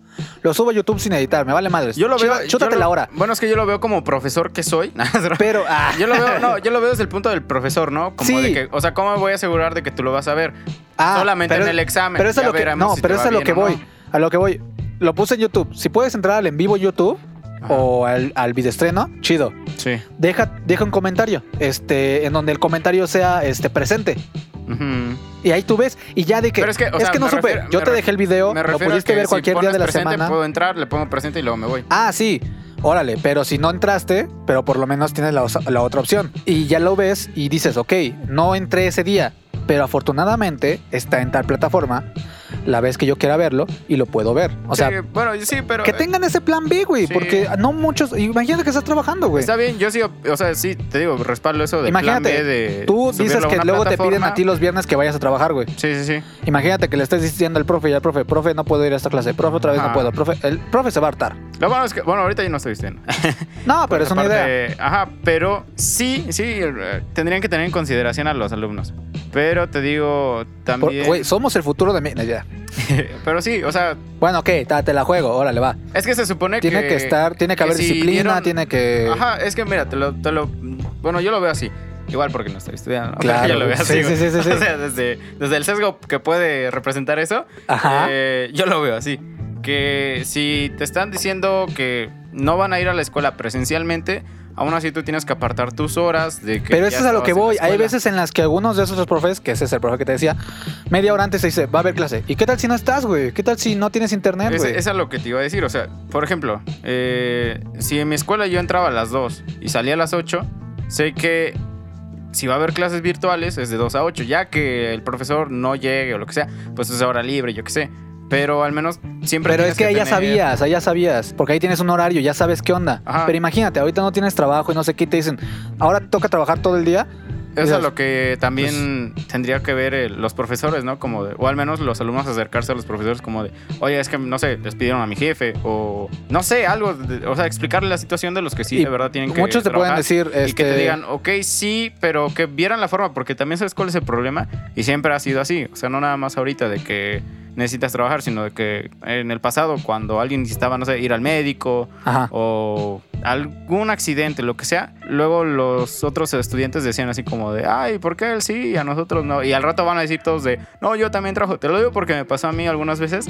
B: lo subo a YouTube sin editar, me vale madres.
A: Yo lo
B: Chida-
A: veo.
B: Chútate
A: yo lo-
B: la hora.
A: Bueno, es que yo lo veo como profesor que soy. Nada, es broma.
B: Pero, ah,
A: yo lo veo, no, yo lo veo desde el punto del profesor, ¿no? Como
B: Sí.
A: de que, o sea, ¿cómo me voy a asegurar de que tú lo vas a ver?
B: Ah,
A: Solamente
B: pero-
A: en el examen.
B: Pero eso es
A: Ya
B: lo que,
A: veremos
B: no,
A: si
B: pero
A: te
B: eso es
A: va
B: lo que voy.
A: bien o
B: A lo que voy. Lo puse en YouTube. Si puedes entrar al en vivo YouTube
A: Ajá.
B: o al, al videoestreno, chido.
A: no. Sí.
B: Deja, deja un comentario, este, en donde el comentario sea este, presente.
A: Ujú.
B: Y ahí tú ves, y ya de que.
A: Pero es que, o sea,
B: no
A: me
B: supe.
A: refiero-
B: Yo
A: me
B: te
A: ref-
B: dejé el video,
A: Me
B: lo
A: refiero a
B: pudiste
A: que
B: ver
A: si
B: cualquier día
A: pones
B: de la
A: presente,
B: semana.
A: Puedo entrar, le pongo presente y luego me voy.
B: Ah, sí. Órale, pero si no entraste, pero por lo menos tienes la, osa- la otra opción. Y ya lo ves y dices, ok, no entré ese día, pero afortunadamente está en tal plataforma, la vez que yo quiera verlo y lo puedo ver. O sea,
A: Sí, bueno, sí, pero.
B: que tengan ese plan B, güey,
A: Sí.
B: porque no muchos... Imagínate que estás trabajando, güey.
A: Está bien, yo sí, o sea, sí, te digo, respaldo eso de
B: Imagínate,
A: plan B de
B: Tú
A: subirlo
B: dices
A: a
B: que
A: una
B: luego te piden a ti
A: plataforma.
B: los viernes que vayas a trabajar, güey.
A: Sí, sí, sí.
B: Imagínate que le estés diciendo al profe y al profe, profe, no puedo ir a esta clase, profe, otra vez no
A: Ajá.
B: puedo, profe, el profe se va a hartar.
A: Lo bueno es que, bueno, ahorita yo no estoy vistiendo.
B: No, pero es una idea.
A: Aparte, Ajá, pero sí, sí, eh, tendrían que tener en consideración a los alumnos. Pero te digo
B: Por-
A: también.
B: Güey, somos el futuro de mi... no, ya.
A: pero sí, o sea,
B: Bueno, ok, ta- te la juego, órale, va.
A: es que se supone
B: Tiene que, estar, tiene que, haber
A: si
B: disciplina,
A: dieron-
B: tiene que...
A: Ajá, es que mira, te lo, te lo- Bueno, yo lo veo así. Igual porque no estoy estudiando. ¿no?
B: Claro,
A: Yo lo veo
B: sí,
A: así. güey.
B: sí, sí, sí, sí.
A: O sea, desde, desde el sesgo que puede representar eso,
B: Ajá.
A: eh, yo lo veo así. Que si te están diciendo que no van a ir a la escuela presencialmente, aún así tú tienes que apartar tus horas de que.
B: Pero
A: ya
B: eso es a lo que
A: estabas
B: voy.
A: en la
B: Hay
A: escuela.
B: veces en las que algunos de esos otros profes, que ese es el profe que te decía, media hora antes se dice, va a haber clase. ¿Y qué tal si no estás, güey? ¿Qué tal si no tienes internet,
A: Es,
B: güey?
A: es a lo que te iba a decir. O sea, por ejemplo, eh, si en mi escuela yo entraba a las 2 y salía a las 8, sé que si va a haber clases virtuales es de 2 a 8, ya que el profesor no llegue o lo que sea, pues es hora libre, yo qué sé. Pero al menos siempre.
B: Pero
A: tienes
B: es que ahí ya
A: tener-
B: sabías, ahí ya sabías. Porque ahí tienes un horario, ya sabes qué onda.
A: Ajá.
B: Pero imagínate, ahorita no tienes trabajo y no sé qué, y te dicen, ahora te toca trabajar todo el día.
A: Es a lo que también
B: Pues
A: tendría que ver eh, los profesores, ¿no? Como de- o al menos los alumnos acercarse a los profesores como de, oye, es que no sé, les pidieron a mi jefe o no sé, algo, de- o sea, explicarle la situación de los que sí,
B: Y
A: de verdad tienen que
B: Muchos te pueden
A: trabajar.
B: decir,
A: Y que te
B: este,
A: digan, ok, sí, pero que vieran la forma, porque también sabes cuál es el problema y siempre ha sido así. O sea, no nada más ahorita de que necesitas trabajar, sino de que en el pasado, cuando alguien necesitaba, no sé, ir al médico
B: Ajá.
A: o algún accidente, lo que sea, luego los otros estudiantes decían así como de, ay, ¿por qué él sí y a nosotros no? Y al rato van a decir todos de, no, yo también trabajo. Te lo digo porque me pasó a mí algunas veces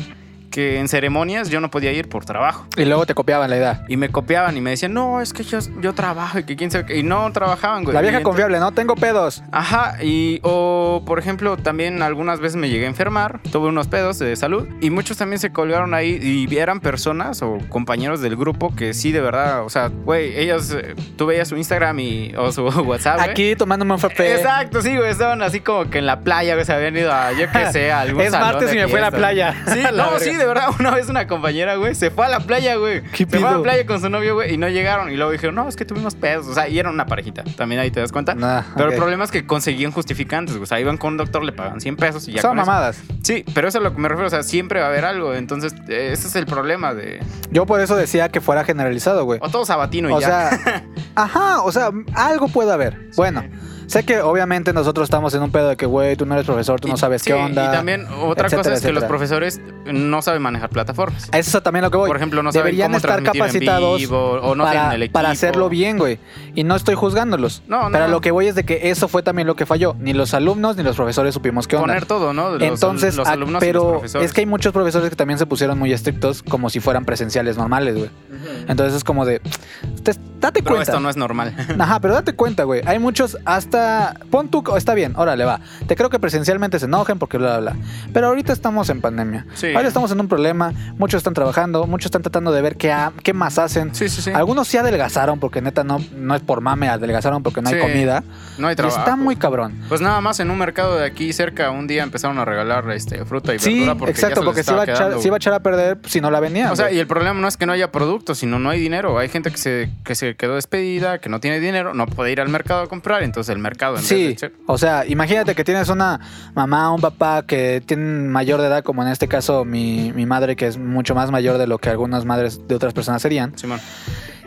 A: que en ceremonias yo no podía ir por trabajo.
B: Y luego te copiaban la idea.
A: Y me copiaban y me decían, no, es que yo, yo trabajo y que quién sabe qué". Y no trabajaban, güey.
B: La
A: Y
B: vieja
A: ent-
B: confiable, no tengo pedos.
A: Ajá, y o por ejemplo, también algunas veces me llegué a enfermar, tuve unos pedos de salud y muchos también se colgaron ahí y eran personas o compañeros del grupo que sí, de verdad, o sea, güey, ellos, eh, tú veías su Instagram y, o su WhatsApp. Ah, güey.
B: Aquí eh. tomándome un frappé.
A: Exacto, sí, güey, estaban así como que en la playa, güey, se habían ido a, yo qué sé, a algún
B: Es
A: salón
B: martes
A: de
B: y me fui a la
A: fiesta.
B: playa.
A: Sí,
B: La
A: no,
B: verga.
A: sí, de de verdad, una vez una compañera, güey, se fue a la playa, güey. Se
B: ¿Qué
A: fue a
B: pedo?
A: la playa con su novio, güey, y no llegaron. Y luego dijeron, no, es que tuvimos pedos. O sea, y eran una parejita. También ahí te das cuenta.
B: Nah,
A: Pero
B: ok.
A: el problema es que conseguían justificantes, güey. O sea, iban con un doctor, le pagaban 100 pesos y ya.
B: Son
A: con eso.
B: mamadas.
A: Sí, pero eso es a lo que me refiero. O sea, siempre va a haber algo. Entonces, eh, ese es el problema de.
B: Yo por eso decía que fuera generalizado, güey.
A: O todo sabatino y
B: O
A: ya.
B: sea, ajá, o sea, algo puede haber. Bueno, sé que obviamente nosotros estamos en un pedo de que, güey, tú no eres profesor, tú no
A: Y-
B: sabes qué
A: sí,
B: onda.
A: Y también otra
B: etcétera,
A: cosa es que los
B: etcétera.
A: profesores no saben manejar plataformas.
B: A Eso es también lo que voy.
A: Por ejemplo, no saben
B: Deberían
A: cómo
B: estar
A: transmitir en
B: capacitados
A: vivo, o no
B: para,
A: tienen el equipo.
B: para hacerlo bien, güey. Y no estoy juzgándolos.
A: No, no.
B: Pero a lo que voy es de que eso fue también lo que falló. Ni los alumnos ni los profesores supimos qué onda.
A: Poner todo, ¿no? Los-
B: Entonces,
A: los
B: ah,
A: alumnos y los
B: pero
A: profesores.
B: es que hay muchos profesores que también se pusieron muy estrictos como si fueran presenciales normales, güey. Entonces es como de, te- date
A: Pero
B: cuenta.
A: esto no es normal.
B: Ajá, pero date cuenta, güey. Hay muchos hasta. Pon tú. Está bien, órale, va. Te creo que presencialmente se enojen porque bla, bla, bla. Pero ahorita estamos en pandemia.
A: Sí.
B: Ahora estamos en un problema. Muchos están trabajando. Muchos están tratando de ver qué, ha- qué más hacen.
A: Sí, sí, sí.
B: Algunos sí adelgazaron porque neta no, no es por mame, adelgazaron porque no hay
A: Sí,
B: comida.
A: No hay
B: Y
A: trabajo.
B: está muy cabrón.
A: Pues nada más en un mercado de aquí cerca un día empezaron a regalar este, fruta y
B: Sí,
A: verdura porque ya
B: exacto,
A: se les
B: porque se
A: estaba
B: iba, a echar,
A: quedando,
B: se iba a echar a perder si no la vendían.
A: O sea,
B: güey.
A: y el problema no es que no haya productos, sino no hay dinero. Hay gente que se, que se quedó despedida, que no tiene dinero, no puede ir al mercado a comprar, entonces el mercado en
B: Sí,
A: vez de ser-
B: o sea, imagínate que tienes una mamá, un papá que tienen mayor de edad, como en este caso mi, mi madre, que es mucho más mayor de lo que algunas madres de otras personas serían.
A: Simón.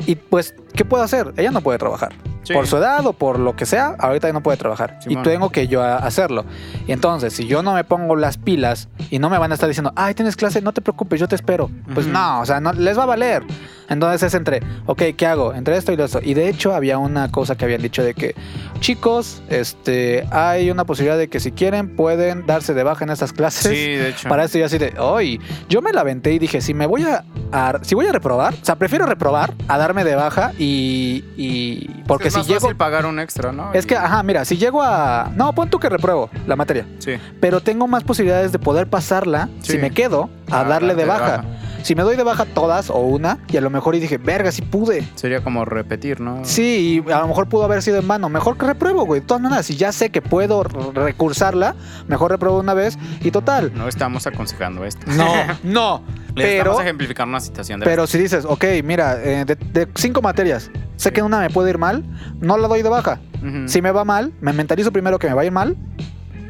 B: Y pues, ¿qué puedo hacer? Ella no puede trabajar.
A: Sí.
B: Por su edad o por lo que sea, ahorita no puede trabajar.
A: Simón.
B: Y tengo que yo a- hacerlo. Y entonces, si yo no me pongo las pilas y no me van a estar diciendo, ay, tienes clase, no te preocupes, yo te espero. Pues
A: Ujú.
B: no, o sea, no, les va a valer. Entonces es entre, ok, ¿qué hago? Entre esto y lo esto. Y de hecho había una cosa que habían dicho de que, chicos, este, hay una posibilidad de que si quieren pueden darse de baja en estas clases.
A: Sí, de hecho.
B: Para esto yo así de, hoy, yo me la aventé y dije, si me voy a, a- si voy a reprobar, o sea, prefiero reprobar a darme de baja y, y porque
A: es
B: si
A: más
B: llego,
A: fácil pagar un extra, ¿no?
B: es que,
A: Y-
B: ajá, mira, si llego a, no, pon tú que repruebo la materia,
A: Sí.
B: pero tengo más posibilidades de poder pasarla
A: Sí.
B: si me quedo a
A: Ah,
B: darle de
A: darte de
B: baja. Si me doy de baja todas o una y a lo mejor y dije, verga, si pude.
A: Sería como repetir, ¿no?
B: Sí, y a lo mejor pudo haber sido en vano. Mejor que repruebo, güey. De todas maneras, si ya sé que puedo r- recursarla, mejor repruebo una vez y total.
A: No estamos aconsejando esto.
B: No, no.
A: Le
B: pero,
A: estamos ejemplificando una situación de
B: pero si dices, ok, mira, eh, de, de cinco materias, sé que en una me puede ir mal, no la doy de baja.
A: Ujú.
B: Si me va mal, me mentalizo primero que me va a ir mal.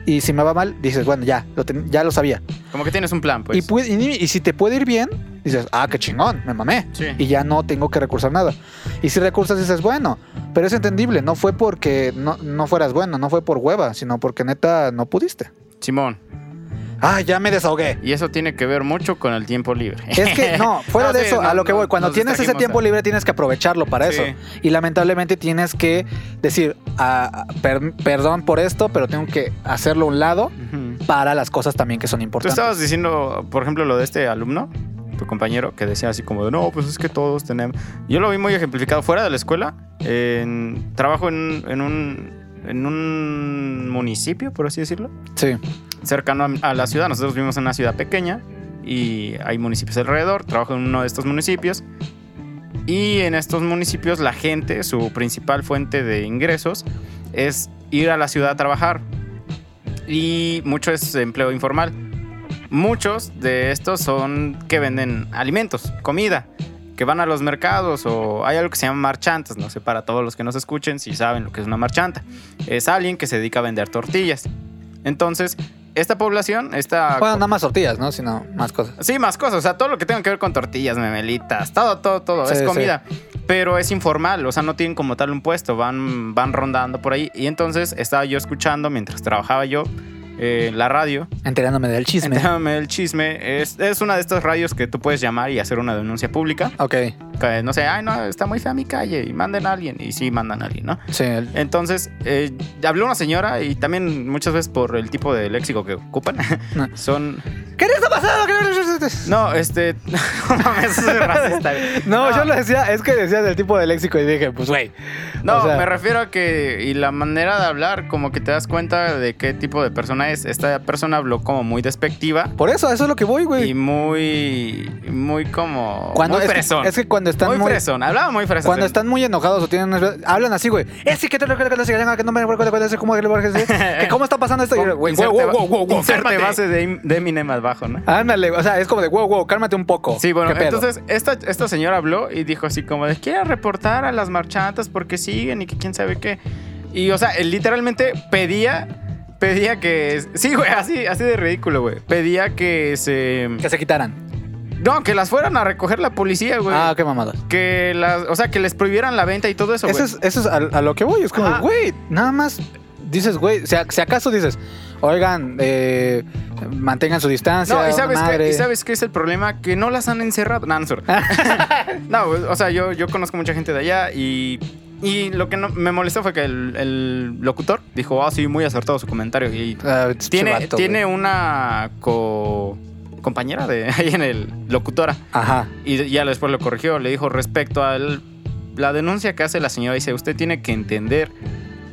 B: Y si me va mal, dices, bueno, ya, lo, ten- ya lo sabía.
A: Como que tienes un plan,
B: Y,
A: pues.
B: pu- y- y si te puede ir bien, dices, ah, qué chingón, me mamé.
A: Sí.
B: Y ya no tengo que recursar nada. Y si recursas, dices, bueno, pero es entendible, no fue porque no, no fueras bueno, no fue por hueva, sino porque neta no pudiste.
A: Simón.
B: Ah, ya me desahogué.
A: Y eso tiene que ver mucho con el tiempo libre.
B: Es que no, fuera
A: No,
B: de
A: sí,
B: eso,
A: no,
B: a lo que
A: no,
B: voy, cuando
A: nos
B: tienes ese
A: distrajimos,
B: tiempo
A: ah.
B: libre tienes que aprovecharlo para
A: Sí.
B: eso. Y lamentablemente tienes que decir, ah, per- perdón por esto, pero tengo que hacerlo a un lado
A: Ujú.
B: para las cosas también que son
A: Tú
B: importantes.
A: estabas diciendo, por ejemplo, lo de este alumno, tu compañero, que decía así como de, no, pues es que todos tenemos... Yo lo vi muy ejemplificado fuera de la escuela. en- trabajo en, en un... En un municipio, por así decirlo,
B: Sí,
A: cercano a, a la ciudad. Nosotros vivimos en una ciudad pequeña y hay municipios alrededor. Trabajo en uno de estos municipios. Y en estos municipios la gente, su principal fuente de ingresos es ir a la ciudad a trabajar. Y mucho es empleo informal. Muchos de estos son que venden alimentos, comida, que van a los mercados o hay algo que se llama marchantas, no sé, para todos los que nos escuchen si saben lo que es una marchanta. Es alguien que se dedica a vender tortillas. Entonces, esta población, esta...
B: bueno, nada más tortillas, ¿no? Sino más cosas.
A: Sí, más cosas. O sea, todo lo que tenga que ver con tortillas, memelitas, todo, todo, todo.
B: Sí,
A: es
B: sí.
A: comida. Pero es informal, o sea, no tienen como tal un puesto, van, van rondando por ahí. Y entonces estaba yo escuchando mientras trabajaba yo eh, la radio.
B: Enterándome del chisme.
A: Déjame el chisme. Es, es una de estas radios que tú puedes llamar y hacer una denuncia pública.
B: Ok,
A: Que, no sé, ay, no, está muy fea mi calle y manden a alguien. Y sí, mandan a alguien, ¿no?
B: sí. el-
A: Entonces, eh, habló una señora y también muchas veces por el tipo de léxico que ocupan,
B: No.
A: son
B: ¿Qué le está pasando?
A: no, este. No mames, eso es racista, güey.
B: No, yo lo decía, es que decías del tipo de léxico y dije, pues güey.
A: No,
B: o sea-
A: me refiero a que. Y la manera de hablar, como que te das cuenta de qué tipo de persona es. Esta persona habló como muy despectiva
B: Por eso, eso es lo que voy,
A: y
B: güey.
A: muy. Muy como.
B: Cuando
A: muy
B: es, que-
A: fresón.
B: es que cuando están
A: muy,
B: muy-
A: fresón, hablaba muy fresón.
B: Cuando están muy enojados o tienen unas- hablan así, güey. Es que te lo que no me acuerdo cuál es, cómo es el Borges, que cómo está pasando esto. Y yo, Güey,
A: Inserte
B: wow,
A: ba-
B: wow, wow, wow,
A: inserte
B: cálmate.
A: base de, de Eminem más bajo, ¿no?
B: Ándale, o sea, es como de wow, wow, cálmate un poco.
A: Sí, bueno,
B: ¿Qué pedo?
A: entonces esta, esta señora habló y dijo así como de quiero reportar a las marchantas porque siguen y que quién sabe qué. Y o sea, él literalmente pedía, pedía que... Sí, güey, así, así de ridículo, güey. Pedía que se...
B: que se quitaran.
A: No, que las fueran a recoger la policía, güey.
B: Ah, qué mamadas.
A: Que las... O sea, que les prohibieran la venta y todo eso, güey.
B: Eso es, eso es a, a lo que voy. Es como,
A: Ajá.
B: güey, nada más dices, güey, si, a- si acaso dices, oigan, eh, mantengan su distancia.
A: No, y sabes,
B: madre.
A: qué, y sabes qué es el problema, que no las han encerrado. No, no, es cierto. No, pues, o sea, yo, yo conozco mucha gente de allá y, y lo que no, me molestó fue que el, el locutor dijo, ah, sí, muy acertado su comentario. Y
B: Ah, pinche
A: tiene,
B: vato,
A: tiene
B: güey.
A: una co- compañera de ahí en el locutora
B: Ajá.
A: y ya después lo corrigió, le dijo respecto a la denuncia que hace la señora, dice, usted tiene que entender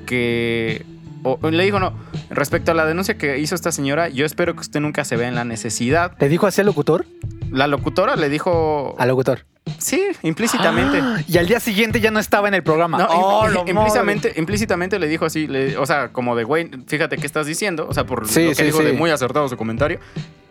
A: que... o- o le dijo, no, respecto a la denuncia que hizo esta señora, yo espero que usted nunca se vea en la necesidad
B: ¿Le dijo así al locutor?
A: la locutora le dijo.
B: Al locutor.
A: Sí, implícitamente.
B: Ah, y al día siguiente ya no estaba en el programa.
A: No,
B: Oh,
A: im-
B: lo
A: im-
B: madre.
A: implícitamente, implícitamente le dijo así, le- o sea, como de güey, fíjate qué estás diciendo, o sea, por
B: Sí,
A: lo que
B: sí,
A: dijo
B: sí.
A: de muy acertado su comentario.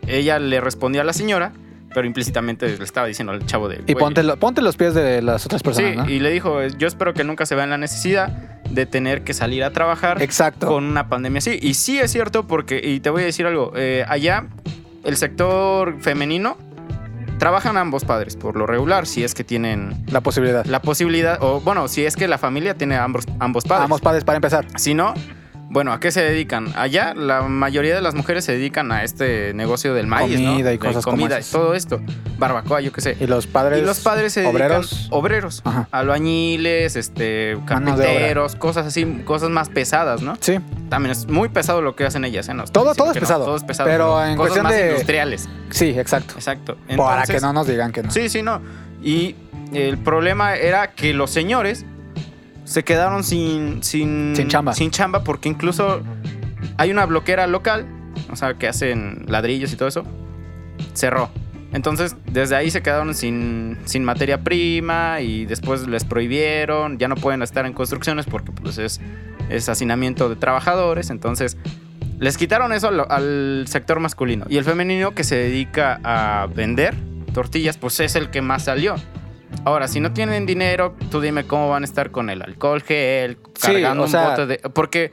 A: Ella le respondía a la señora, pero implícitamente le estaba diciendo al chavo de.
B: Y
A: "Güey".
B: ponte, lo- ponte los pies de las otras personas,
A: Sí,
B: ¿no?
A: y le dijo, yo espero que nunca se vea en la necesidad de tener que salir a trabajar
B: Exacto.
A: con una pandemia así. Y sí es cierto porque, y te voy a decir algo, eh, allá el sector femenino trabajan ambos padres por lo regular, si es que tienen
B: La posibilidad.
A: la posibilidad, o bueno, si es que la familia tiene ambos, ambos padres.
B: Vamos, padres, para empezar.
A: Si no, bueno, ¿a qué se dedican? Allá la mayoría de las mujeres se dedican a este negocio del maíz, ¿no?
B: Comida y
A: De
B: cosas como
A: comida y
B: esas.
A: todo esto. Barbacoa, yo qué sé.
B: Y los padres.
A: Y los padres se dedican
B: obreros.
A: obreros,
B: Ajá.
A: albañiles, este,
B: Mano de obra.
A: carpinteros, cosas así, cosas más pesadas, ¿no?
B: Sí.
A: También es muy pesado lo que hacen ellas, ¿eh? No estoy
B: Todo-
A: diciendo
B: todo es
A: que no,
B: pesado,
A: todo es pesado.
B: pero
A: ¿no?
B: en
A: cosas
B: cuestión
A: más
B: de-
A: industriales.
B: Sí, exacto.
A: Exacto.
B: Para
A: Entonces-
B: que no nos digan que no.
A: Sí, sí, no. Y el problema era que los señores se quedaron sin, sin,
B: Sin chamba.
A: Sin chamba porque incluso hay una bloquera local, o sea, que hacen ladrillos y todo eso, cerró. Entonces, desde ahí se quedaron sin, sin materia prima y después les prohibieron, ya no pueden estar en construcciones porque pues es, es hacinamiento de trabajadores, entonces les quitaron eso al, al sector masculino. Y el femenino que se dedica a vender tortillas, pues es el que más salió. Ahora, si no tienen dinero, tú dime cómo van a estar con el alcohol gel,
B: Sí,
A: cargando
B: o sea-
A: un bote de... Porque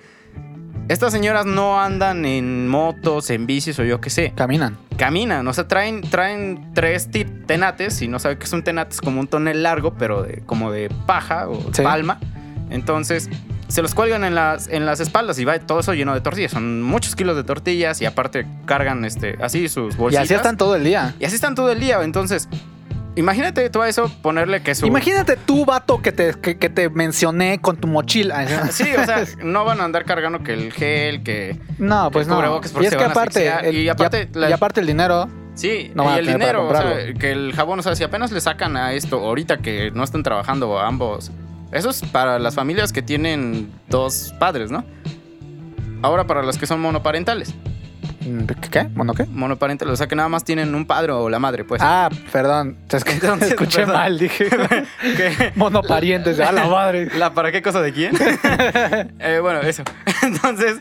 A: estas señoras no andan en motos, en bicis o yo qué sé.
B: Caminan.
A: Caminan, o sea, traen, traen tres ti- tenates. Y no sabe qué es un tenate, es como un tonel largo, pero de, como de paja o
B: Sí.
A: palma. Entonces, se los cuelgan en las, en las espaldas y va todo eso lleno de tortillas. Son muchos kilos de tortillas y aparte cargan este, así sus
B: Y
A: bolsitas.
B: así están todo el día.
A: Y así están todo el día. Entonces, imagínate todo eso, ponerle que su.
B: Imagínate tú, vato, que te, que, que te mencioné con tu mochila.
A: Sí, o sea, no van a andar cargando que el gel, que.
B: no, pues
A: que
B: no.
A: cubrebocas porque
B: Y es
A: se
B: que
A: van a
B: aparte,
A: asfixiar.
B: el-
A: Y aparte
B: y,
A: la-
B: aparte el dinero.
A: Sí,
B: No van
A: y
B: a
A: el
B: tener para
A: dinero, o sea,
B: comprarlo.
A: que el jabón, o sea, si apenas le sacan a esto, ahorita que no están trabajando ambos, eso es para las familias que tienen dos padres, ¿no? Ahora para las que son monoparentales.
B: ¿Qué? ¿Qué? ¿Bueno
A: Pues,
B: qué?
A: Monoparentales, o sea, que nada más tienen un padre o la madre, pues.
B: Ah, perdón. Es que
A: Entonces,
B: escuché
A: perdón.
B: mal, dije.
A: Que-
B: Monoparientes, a la madre.
A: ¿La para qué cosa de quién? Eh, bueno, eso. Entonces,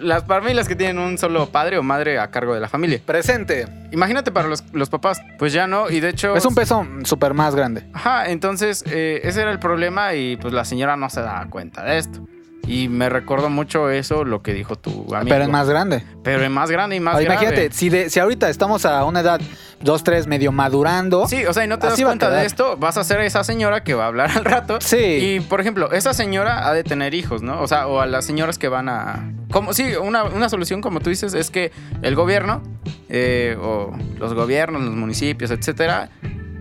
A: las familias que tienen un solo padre o madre a cargo de la familia.
B: Presente.
A: Imagínate para los, los papás. Pues ya no, y de hecho...
B: Es un peso súper más grande.
A: Ajá, entonces eh, ese era el problema y pues la señora no se daba cuenta de esto. Y me recordó mucho eso, lo que dijo tu amigo.
B: Pero es más grande.
A: Pero es más grande y más
B: Ahora, imagínate,
A: grave.
B: si, de- si ahorita estamos a una edad 2, 3, medio madurando.
A: Sí, o sea, y no te das
B: Así va a
A: cuenta
B: quedar.
A: de esto, vas a ser esa señora que va a hablar al rato.
B: Sí.
A: Y, por ejemplo, esa señora ha de tener hijos, ¿no? O sea, o a las señoras que van a... Como, sí, una, una solución, como tú dices, es que el gobierno, eh, o los gobiernos, los municipios, etcétera,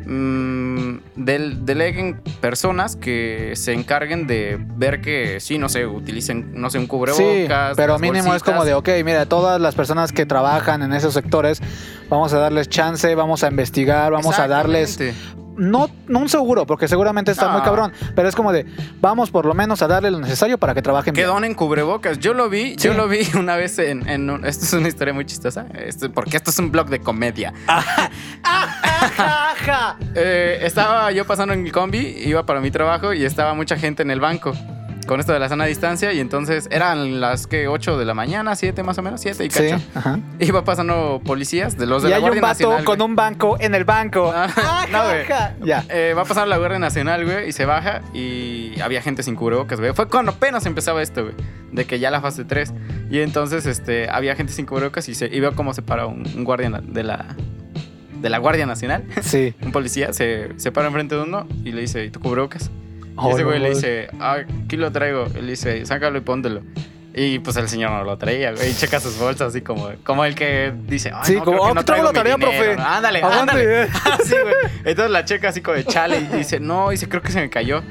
A: mm, del- deleguen personas que se encarguen de ver que, sí, no sé, utilicen, no sé, un
B: Sí,
A: cubrebocas.
B: pero
A: las
B: mínimo es
A: bolsitas.
B: como de, ok, mira, todas las personas que trabajan en esos sectores, vamos a darles chance, vamos a investigar, vamos a darles
A: Exactamente.
B: no, no un seguro, porque seguramente está
A: No.
B: muy cabrón, pero es como de, vamos por lo menos a darle lo necesario para que trabajen
A: Que
B: bien.
A: donen cubrebocas. Yo lo vi, yo
B: Sí.
A: lo vi una vez este, en, en un- Esto es una historia muy chistosa. esto- porque esto es un blog de comedia.
G: ja, ja.
A: Eh, estaba yo pasando en mi combi, iba para mi trabajo y estaba mucha gente en el banco. Con esto de la sana distancia, y entonces eran las que 8 de la mañana, 7 más o menos, 7 y
B: Sí,
A: cacho.
B: ajá.
A: Iba pasando policías de los de
B: Y
A: la
B: hay un
A: Guardia
B: vato
A: Nacional.
B: con
A: güey.
B: un banco en el banco.
A: Ah, no, güey.
G: Ajaja.
B: Ya.
A: Eh, va a pasar la Guardia Nacional, güey, y se baja y había gente sin cubrebocas, güey. Fue cuando apenas empezaba esto, güey, de que ya la fase 3. Y entonces, este, había gente sin cubrebocas y, se, y veo cómo se para un, un guardia na- de la, de la Guardia Nacional,
B: Sí.
A: un policía, se, se para enfrente de uno y le dice, ¿y tu cubrebocas? Y
B: Oh,
A: ese güey
B: no,
A: le dice, "Ah, aquí lo traigo. Y le dice, sácalo y póntelo. Y pues el señor no lo traía, güey. Y checa sus bolsas, así como, como el que dice, Ay,
B: Sí,
A: no,
B: como,
A: creo que
B: "Ah,
A: no
B: que traigo
A: traigo
B: la
A: mi
B: tarea,
A: dinero".
B: profe.
A: Ándale,
B: Aguante.
A: ándale. Así, güey. Entonces la checa así como de chale y dice, no, dice, creo que se me cayó.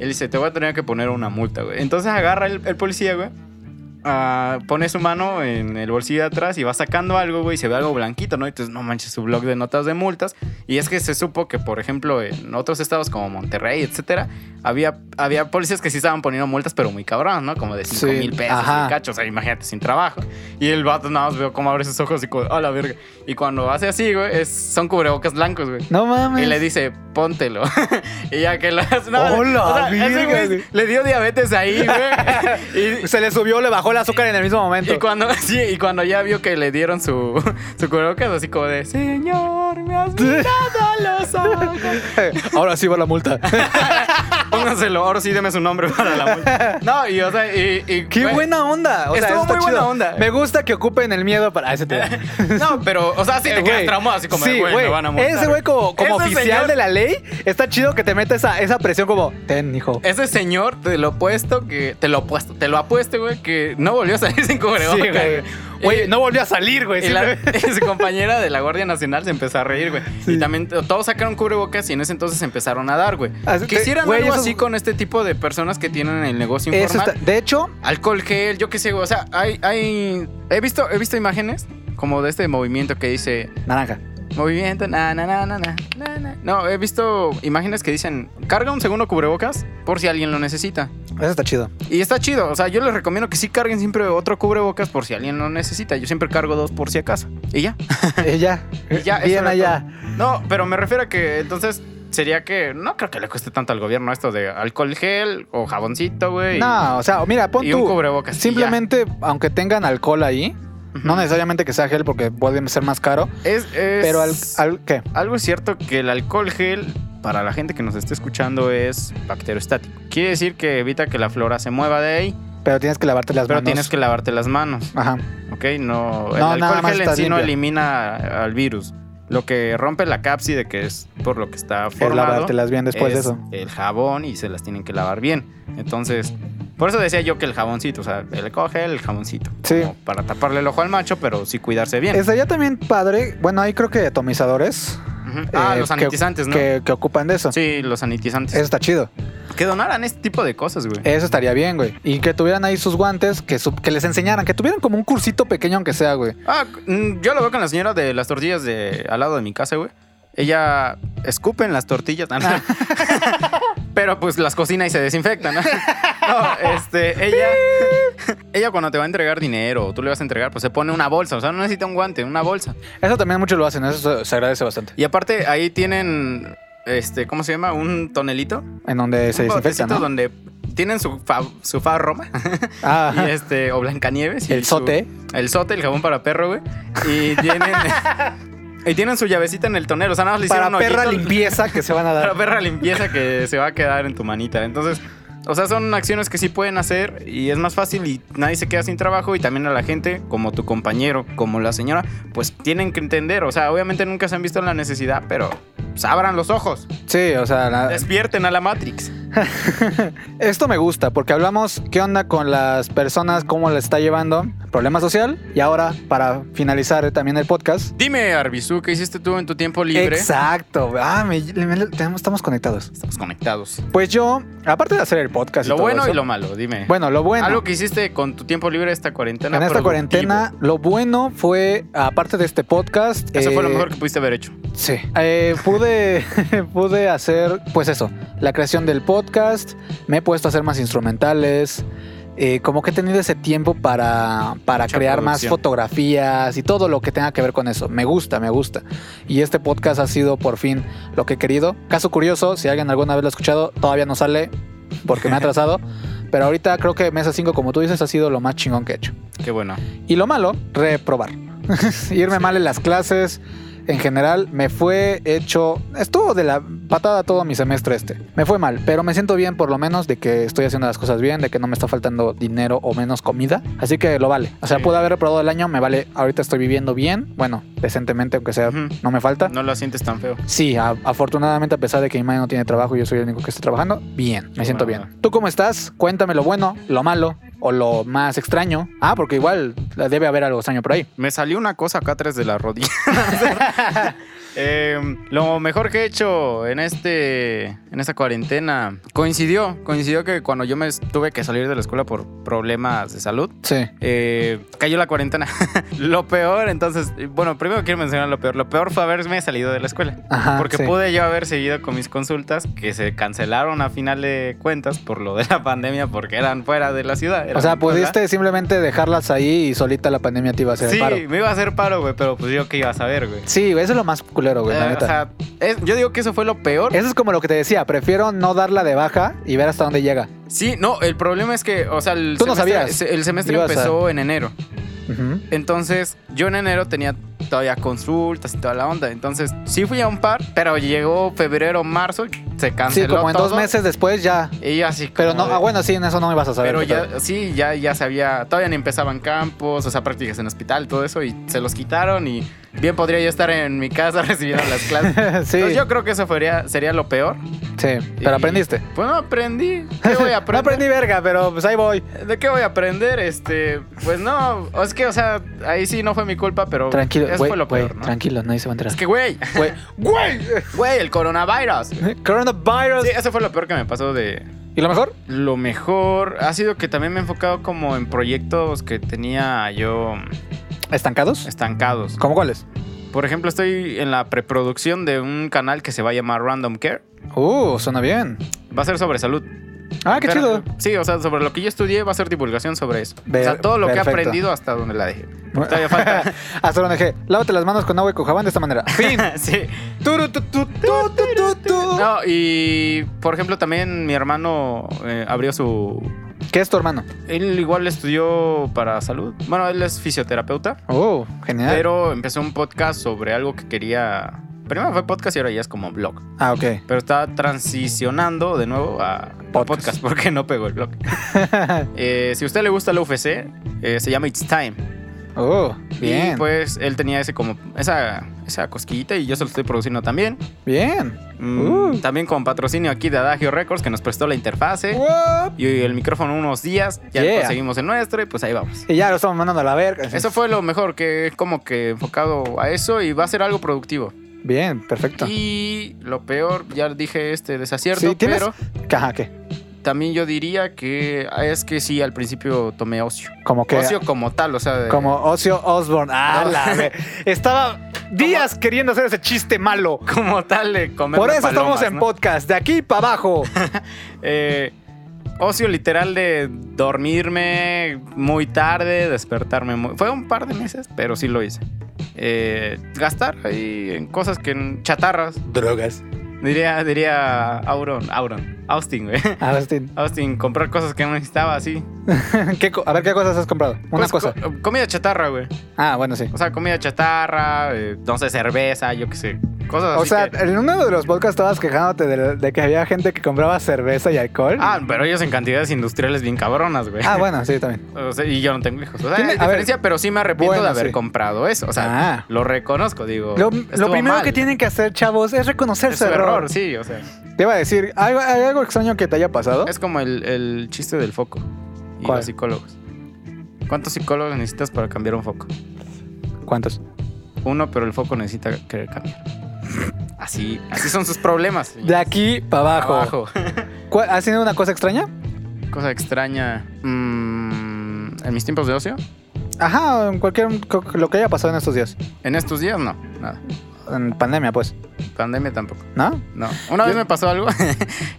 A: Él dice, te voy a tener que poner una multa, güey. Entonces agarra el, el policía, güey. ah, pone su mano en el bolsillo de atrás y va sacando algo, güey, y se ve algo blanquito, ¿no? Entonces, no manches, su blog de notas de multas. Y es que se supo que, por ejemplo, en otros estados como Monterrey, etcétera, había, había policías que sí estaban poniendo multas, pero muy cabrón, ¿no? Como de 5
B: Sí,
A: mil pesos,
B: ajá.
A: y cacho, o sea, imagínate, sin trabajo. Y el vato nada más veo cómo abre sus ojos y como, a la verga. Y cuando hace así, güey, es- son cubrebocas blancos, güey.
B: No mames.
A: Y le dice, póntelo. y ya que las.
B: ¡Hola,
A: ese
B: virga,
A: güey
B: güey!
A: le dio diabetes ahí, güey. y,
B: Se le subió, le bajó el azúcar en el mismo momento.
A: y cuando, sí, y cuando ya vio que le dieron su, su cubrebocas, así como de, Señor, me has mirado a los ojos.
B: Ahora sí va la multa.
A: Póngaselo, ahora sí, deme su nombre para la multa. No, y o sea, y. y,
B: Qué
A: güey,
B: buena onda. O sea,
A: Estuvo
B: está
A: muy buena
B: chido.
A: onda.
B: Me gusta que ocupen el miedo para ah, ese tema.
A: No, pero, o sea, sí te quedas
B: Eh, Güey,
A: traumado, así como, de,
B: sí,
A: güey, me van a multar.
B: Ese güey como, como
A: Ese
B: oficial
A: señor-
B: de la ley, está chido que te meta esa, esa presión como, ten, hijo.
A: Ese señor, te lo puesto que. Te lo puesto, te lo apuesto, güey, que no volvió a salir sin cubrebocas.
B: Sí, güey. Güey,
A: Y-
B: no volvió a salir, güey.
A: Y la-
B: siempre-
A: y su compañera de la Guardia Nacional se empezó a reír, güey. Y también t- todos sacaron cubrebocas y en ese entonces empezaron a dar, güey.
B: Así que,
A: Quisieran
B: güey,
A: algo
B: eso-
A: así con este tipo de personas que tienen el negocio
B: Eso
A: informal.
B: está- de hecho,
A: Alcohol gel, yo qué sé, güey. O sea, hay, hay. He visto, he visto imágenes como de este movimiento que dice.
B: naranja.
A: Movimiento, na, na, na, na, na, na, na. No, he visto imágenes que dicen, carga un segundo cubrebocas por si alguien lo necesita.
B: Eso está chido.
A: Y está chido, o sea, yo les recomiendo que sí carguen siempre otro cubrebocas por si alguien lo necesita. Yo siempre cargo dos por si acaso. Y ya.
B: Eh, ya.
A: Y ya, eso
B: Bien
A: era
B: allá.
A: No, pero me refiero a que entonces sería que no creo que le cueste tanto al gobierno esto de alcohol gel o jaboncito, güey. y-
B: No, o sea, mira, pon
A: y
B: tú.
A: un cubrebocas. y ya.
B: Simplemente, aunque tengan alcohol ahí,
A: Ujú.
B: no necesariamente que sea gel porque puede ser más caro,
A: Es, es-
B: pero al, al- ¿qué?
A: algo es cierto que el alcohol gel, para la gente que nos esté escuchando, es bacterostático. Quiere decir que evita que la flora se mueva de ahí,
B: Pero tienes que lavarte las
A: pero
B: manos.
A: tienes que lavarte las manos,
B: Ajá.
A: ¿ok? No, el
B: No, nada
A: alcohol
B: más
A: gel en
B: estás
A: sí no
B: limpio.
A: elimina al virus. Lo que rompe la cápside, que es por lo que está
B: Es
A: formado,
B: lavártelas bien después de
A: es
B: eso.
A: El jabón y se las tienen que lavar bien. Entonces, por eso decía yo que el jaboncito, o sea, él coge el jaboncito.
B: Sí.
A: como para taparle el ojo al macho, pero sí cuidarse bien.
B: Estaría también padre, bueno, ahí creo que atomizadores.
A: Ujú. Ah,
B: eh,
A: los
B: que-
A: sanitizantes, ¿no?
B: Que, que ocupan de eso.
A: Sí, los sanitizantes.
B: Eso está chido.
A: Que donaran este tipo de cosas, güey.
B: Eso estaría bien, güey. Y que tuvieran ahí sus guantes, que, su- que les enseñaran, que tuvieran como un cursito pequeño aunque sea, güey.
A: Ah, mm, yo lo veo con la señora de las tortillas de al lado de mi casa, güey. Ella escupe en las tortillas, ¿no?
B: Ah.
A: pero pues las cocina y se desinfecta, ¿no? No, este, ella, ella cuando te va a entregar dinero o tú le vas a entregar, pues se pone una bolsa, o sea, no necesita un guante, una bolsa.
B: Eso también muchos lo hacen, eso se- se agradece bastante.
A: Y aparte ahí tienen, este, ¿cómo se llama? Un tonelito,
B: En donde se
A: un
B: desinfecta,
A: botecito
B: ¿no?
A: donde tienen su fa, su fa Roma
B: Ah,
A: y este o Blancanieves y
B: el
A: su-
B: sote.
A: el sote, el jabón para perro, güey. Y tienen. y tienen su llavecita en el tonel. O sea, nada más le
B: Para
A: hicieron un
B: perra
A: hoyito-
B: limpieza que se van a
A: Para
B: dar.
A: perra limpieza que se va a quedar en tu manita. Entonces. O sea, son acciones que sí pueden hacer y es más fácil y nadie se queda sin trabajo y también a la gente, como tu compañero, como la señora, pues tienen que entender. O sea, obviamente nunca se han visto en la necesidad, pero pues, abran los ojos,
B: Sí, o sea, la-
A: despierten a la Matrix.
B: esto me gusta porque hablamos qué onda con las personas, cómo les está llevando, problema social. Y ahora, para finalizar también el podcast.
A: Dime, Arbizu, ¿qué hiciste tú en tu tiempo libre?
B: Exacto. Ah, me- me- tenemos- estamos conectados.
A: Estamos conectados.
B: Pues yo, aparte de hacer el podcast. y
A: Lo
B: todo
A: bueno
B: eso-
A: y lo malo, dime.
B: Bueno, lo bueno.
A: Algo que hiciste con tu tiempo libre esta cuarentena.
B: en esta
A: productivo.
B: cuarentena, lo bueno fue, aparte de este podcast.
A: Eso fue lo
B: eh,
A: mejor que pudiste haber hecho.
B: Sí. Eh, pude, pude hacer, pues eso, la creación del podcast. Me he puesto a hacer más instrumentales. eh, como que he tenido ese tiempo para, para
A: Mucha
B: crear más
A: producción.
B: fotografías y todo lo que tenga que ver con eso. Me gusta, me gusta. Y este podcast ha sido por fin lo que he querido. Caso curioso, si alguien alguna vez lo ha escuchado, todavía no sale porque me ha atrasado. Pero ahorita creo que Mesa 5, como tú dices, ha sido lo más chingón que he hecho.
A: Qué bueno.
B: Y lo malo, reprobar. Irme mal en las clases. En general, me fue hecho. Estuvo de la patada todo mi semestre este. Me fue mal, pero me siento bien, por lo menos, de que estoy haciendo las cosas bien, de que no me está faltando dinero o menos comida. Así que lo vale. O sea,
A: Sí.
B: pude haber reprobado el año, me vale. Ahorita estoy viviendo bien. Bueno, decentemente, aunque sea,
A: Ujú.
B: no me falta.
A: No lo sientes tan feo.
B: Sí, a- afortunadamente, a pesar de que mi madre no tiene trabajo y yo soy el único que está trabajando, bien, me
A: Qué
B: siento
A: bueno.
B: bien. ¿Tú cómo estás? Cuéntame lo bueno, lo malo o lo más extraño. Ah, porque igual debe haber algo extraño por ahí.
A: Me salió una cosa acá atrás de la rodilla. Eh, lo mejor que he hecho en este en esta cuarentena coincidió coincidió que cuando yo me tuve que salir de la escuela por problemas de salud
B: Sí,
A: eh, cayó la cuarentena lo peor entonces bueno primero quiero mencionar lo peor lo peor fue haberme salido de la escuela
B: ajá.
A: porque
B: Ah, sí.
A: pude yo haber seguido con mis consultas que se cancelaron a final de cuentas por lo de la pandemia porque eran fuera de la ciudad. eran
B: O sea,
A: en Puebla.
B: pudiste simplemente dejarlas ahí y solita la pandemia te iba a hacer
A: Sí,
B: el paro.
A: me iba a hacer paro, güey, pero pues yo qué iba a saber, güey.
B: Sí, güey, eso es lo más culero, güey, la
A: Eh, o
B: neta.
A: sea, es- yo digo que eso fue lo peor.
B: Eso es como lo que te decía, prefiero no darla de baja y ver hasta dónde llega.
A: Sí, no, el problema es que, o sea, el
B: Tú no
A: semestre-
B: sabías.
A: se- el semestre
B: Ibas a-
A: empezó en enero.
B: Ujú.
A: Entonces, yo en enero tenía todavía consultas y toda la onda. Entonces, sí fui a un par, pero llegó febrero, marzo, y se
B: Sí,
A: canceló.
B: como en dos
A: todo.
B: meses después ya.
A: Y yo así.
B: Pero no,
A: como de-
B: ah, bueno, sí, en eso no me vas a saber.
A: Pero
B: qué pedo.
A: ya, sí, ya, ya se había, todavía no empezaban campos, o sea, prácticas en hospital, todo eso, y se los quitaron y bien podría yo estar en mi casa recibiendo las clases.
B: sí,
A: Entonces yo creo que eso sería, sería lo peor.
B: sí, pero
A: Y-
B: aprendiste.
A: Pues no aprendí. ¿Qué voy a aprender?
B: No aprendí verga, pero pues ahí voy.
A: ¿De qué voy a aprender? Este, pues no, es que, o sea, ahí sí no fue mi culpa, pero
B: Tranquilo,
A: eso
B: güey.
A: fue lo
B: güey,
A: peor, ¿no?
B: Tranquilo, nadie se va a enterar.
A: Es que, güey,
B: Güey,
A: güey, güey, el coronavirus. güey.
B: Coronavirus.
A: Sí, eso fue lo peor que me pasó de,
B: ¿Y lo mejor?
A: Lo mejor ha sido que también me he enfocado como en proyectos que tenía yo
B: ¿Estancados?
A: estancados.
B: ¿Cómo cuáles?
A: Por ejemplo, estoy en la preproducción de un canal que se va a llamar Random Care.
B: Uh, suena bien.
A: Va a ser sobre salud.
B: Ah, qué
A: Pero-
B: chido.
A: Sí, o sea, sobre lo que yo estudié va a ser divulgación sobre eso.
B: Ver-
A: o sea, todo lo que
B: perfecto.
A: he aprendido hasta donde la dejé. Todavía falta.
B: Hasta lo dejé. Lávate las manos con agua y con jabón de esta manera. Fin.
A: sí.
B: Turu, tu, tu, tu, tu, tu, tu.
A: No, y por ejemplo, también mi hermano eh, abrió su.
B: ¿Qué es tu hermano?
A: Él igual estudió para salud. Bueno, él es fisioterapeuta.
B: Uh, genial.
A: Pero empezó un podcast sobre algo que quería. Primero fue podcast y ahora ya es como blog.
B: Ah, ok.
A: Pero está transicionando de nuevo a a podcast,
B: Podcast.
A: porque no pegó el blog. Eh, si a usted le gusta la UFC, eh, se llama It's Time.
B: Uh, bien.
A: Y pues él tenía ese como esa, esa cosquillita y yo se lo estoy produciendo también.
B: Bien.
A: Mm,
B: Uh.
A: También con patrocinio aquí de Adagio Records que nos prestó la interfase
B: Guap.
A: y el micrófono unos días. Ya
B: Yeah.
A: conseguimos el nuestro y pues ahí vamos.
B: Y ya lo estamos mandando a la verga.
A: Eso fue lo mejor, que como que enfocado a eso y va a ser algo productivo.
B: Bien, perfecto.
A: Y lo peor, ya dije este desacierto,
B: Ah. Sí, ¿tienes?
A: pero
B: Ajá, ¿qué?
A: también yo diría que ah, es que sí, al principio tomé ocio.
B: Como que.
A: Ocio como tal, o sea, de-
B: Como Ocio Osborne. Ah,
A: No.
B: la ve- Estaba días queriendo hacer ese chiste malo.
A: como tal de comer
B: Por eso
A: palomas,
B: estamos en
A: ¿no?
B: podcast, de aquí para abajo.
A: Eh, ocio literal de dormirme muy tarde, despertarme muy... Fue un par de meses, pero sí lo hice. Eh, gastar ahí en cosas que... en chatarras.
B: Drogas.
A: Diría, diría Auron, Auron, Austin, güey.
B: Austin,
A: Austin, comprar cosas que no necesitaba, así.
B: ¿qué co- a ver, ¿qué cosas has comprado? Una
A: Cosas-
B: cosa.
A: co- comida chatarra, güey.
B: Ah, bueno, sí.
A: O sea, comida chatarra, eh, no sé, cerveza, yo qué sé. Cosas así.
B: O sea,
A: que-
B: en uno de los podcasts estabas quejándote de, de que había gente que compraba cerveza y alcohol.
A: Ah, pero ellos en cantidades industriales bien cabronas, güey.
B: Ah, bueno, sí, también.
A: O sea, y yo no tengo hijos. O sea,
B: Tiene-
A: hay
B: a ver.
A: diferencia, pero sí me arrepiento
B: Bueno,
A: de haber
B: sí.
A: comprado eso. O sea,
B: Ah.
A: lo reconozco, digo.
B: Lo,
A: estuvo
B: lo primero
A: mal.
B: que tienen que hacer, chavos, es reconocer
A: es
B: su
A: su
B: error.
A: error, sí, o sea.
B: Te iba a decir, ¿algo, ¿hay algo extraño que te haya pasado?
A: Es como el, el chiste del foco y
B: ¿Cuál?
A: los psicólogos. ¿Cuántos psicólogos necesitas para cambiar un foco?
B: ¿Cuántos?
A: Uno, pero el foco necesita querer cambiar. Así, así son sus problemas.
B: De aquí para abajo.
A: abajo.
B: ¿Cuál- ¿Has tenido una cosa extraña?
A: Cosa extraña. Mm, en mis tiempos de ocio,
B: Ajá, en cualquier co- lo que haya pasado en estos días.
A: en estos días no, nada.
B: En pandemia, pues.
A: Pandemia tampoco.
B: ¿No?
A: No. Una
B: Yo-
A: vez me pasó algo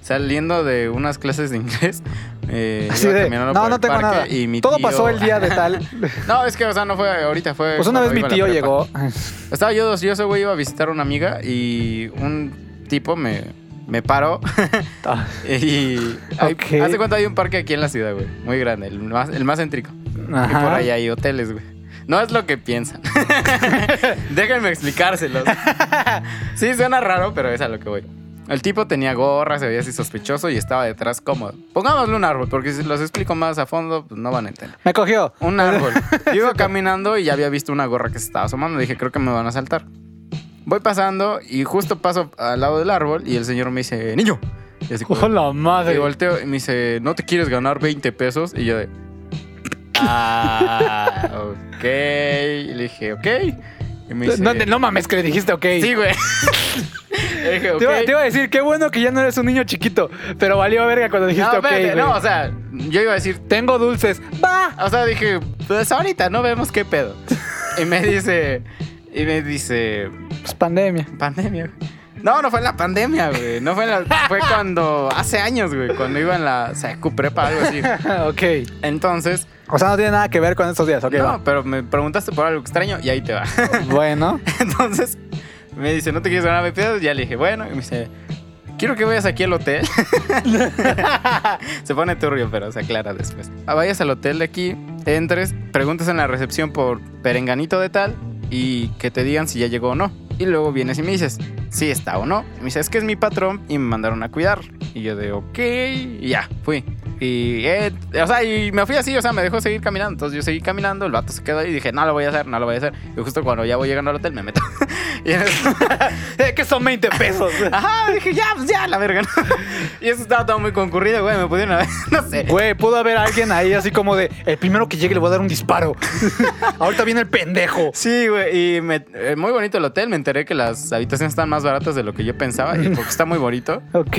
A: saliendo de unas clases de inglés. eh,
B: Así
A: iba
B: de,
A: caminando
B: no,
A: por
B: no
A: el
B: tengo
A: parque
B: nada.
A: y mi
B: Todo
A: tío-
B: pasó el día de tal.
A: No, es que, o sea, no fue ahorita, fue.
B: Pues una
A: cuando
B: vez mi
A: iba a la
B: tío
A: prepa.
B: llegó.
A: Estaba yo, yo ese güey iba a visitar a una amiga y un tipo me, me paró
B: Ah,
A: y... hay-
B: Ok.
A: Haz de cuenta, hay un parque aquí en la ciudad, güey. Muy grande, el más, el más céntrico. Y
B: ajá.
A: por ahí hay hoteles, güey. No es lo que piensan. Déjenme explicárselos. sí, suena raro, pero es a lo que voy. El tipo tenía gorra, se veía así sospechoso y estaba detrás cómodo. Pongámosle un árbol, porque si los explico más a fondo, pues no van a entender.
B: Me cogió.
A: Un árbol. Yo iba caminando y ya había visto una gorra que se estaba asomando. Dije, creo que me van a saltar. Voy pasando y justo paso al lado del árbol y el señor me dice, niño. Y así como-
B: Oh, la
A: y
B: madre.
A: volteo y me dice, ¿no te quieres ganar 20 pesos? Y yo de... Ah, ok. Y le dije, ok. Y me dice...
B: No, no mames que le dijiste, ok.
A: Sí, güey. Le dije, ok.
B: Te, iba, te iba a decir, qué bueno que ya no eres un niño chiquito, pero valió verga cuando dijiste,
A: no,
B: ok.
A: espérate,
B: güey.
A: no, o sea, yo iba a decir...
B: Tengo dulces. ¡Va!
A: O sea, dije, pues ahorita no vemos qué pedo. Y me dice... Y me dice...
B: Pues pandemia.
A: Pandemia, güey. No, no fue en la pandemia, güey. No fue en la... Fue cuando... Hace años, güey. Cuando iba en la... O sea, prepa, algo así.
B: ok.
A: Entonces...
B: O sea, no tiene nada que ver con estos días, ok.
A: no, pues,
B: va.
A: pero me preguntaste por algo extraño y ahí te va.
B: Bueno.
A: Entonces me dice, ¿no te quieres ganar 20 pesos? Ya le dije, bueno. Y me dice, quiero que vayas aquí al hotel. se pone turbio, pero se aclara después. Ah, Vayas al hotel de aquí, entres, preguntas en la recepción por perenganito de tal y que te digan si ya llegó o no. Y luego vienes y me dices, si está o no. Y me dice, es que es mi patrón y me mandaron a cuidar. Y yo de, ok, y ya, fui. Y, eh, o sea, y me fui así, o sea, me dejó seguir caminando. Entonces yo seguí caminando, el vato se quedó ahí y dije, no lo voy a hacer, no lo voy a hacer. Y justo cuando ya voy llegando al hotel me meto. y en eso-
B: Es que son 20 pesos.
A: Ajá, dije, ya, pues ya, la verga. ¿no? y eso estaba todo muy concurrido, güey, me pudieron haber, no sé.
B: Güey, pudo haber alguien ahí así como de, el primero que llegue le voy a dar un disparo. Ahorita viene el pendejo.
A: Sí, güey, y me- eh, muy bonito el hotel. Me enteré que las habitaciones están más baratas de lo que yo pensaba, y porque está muy bonito.
B: Ok.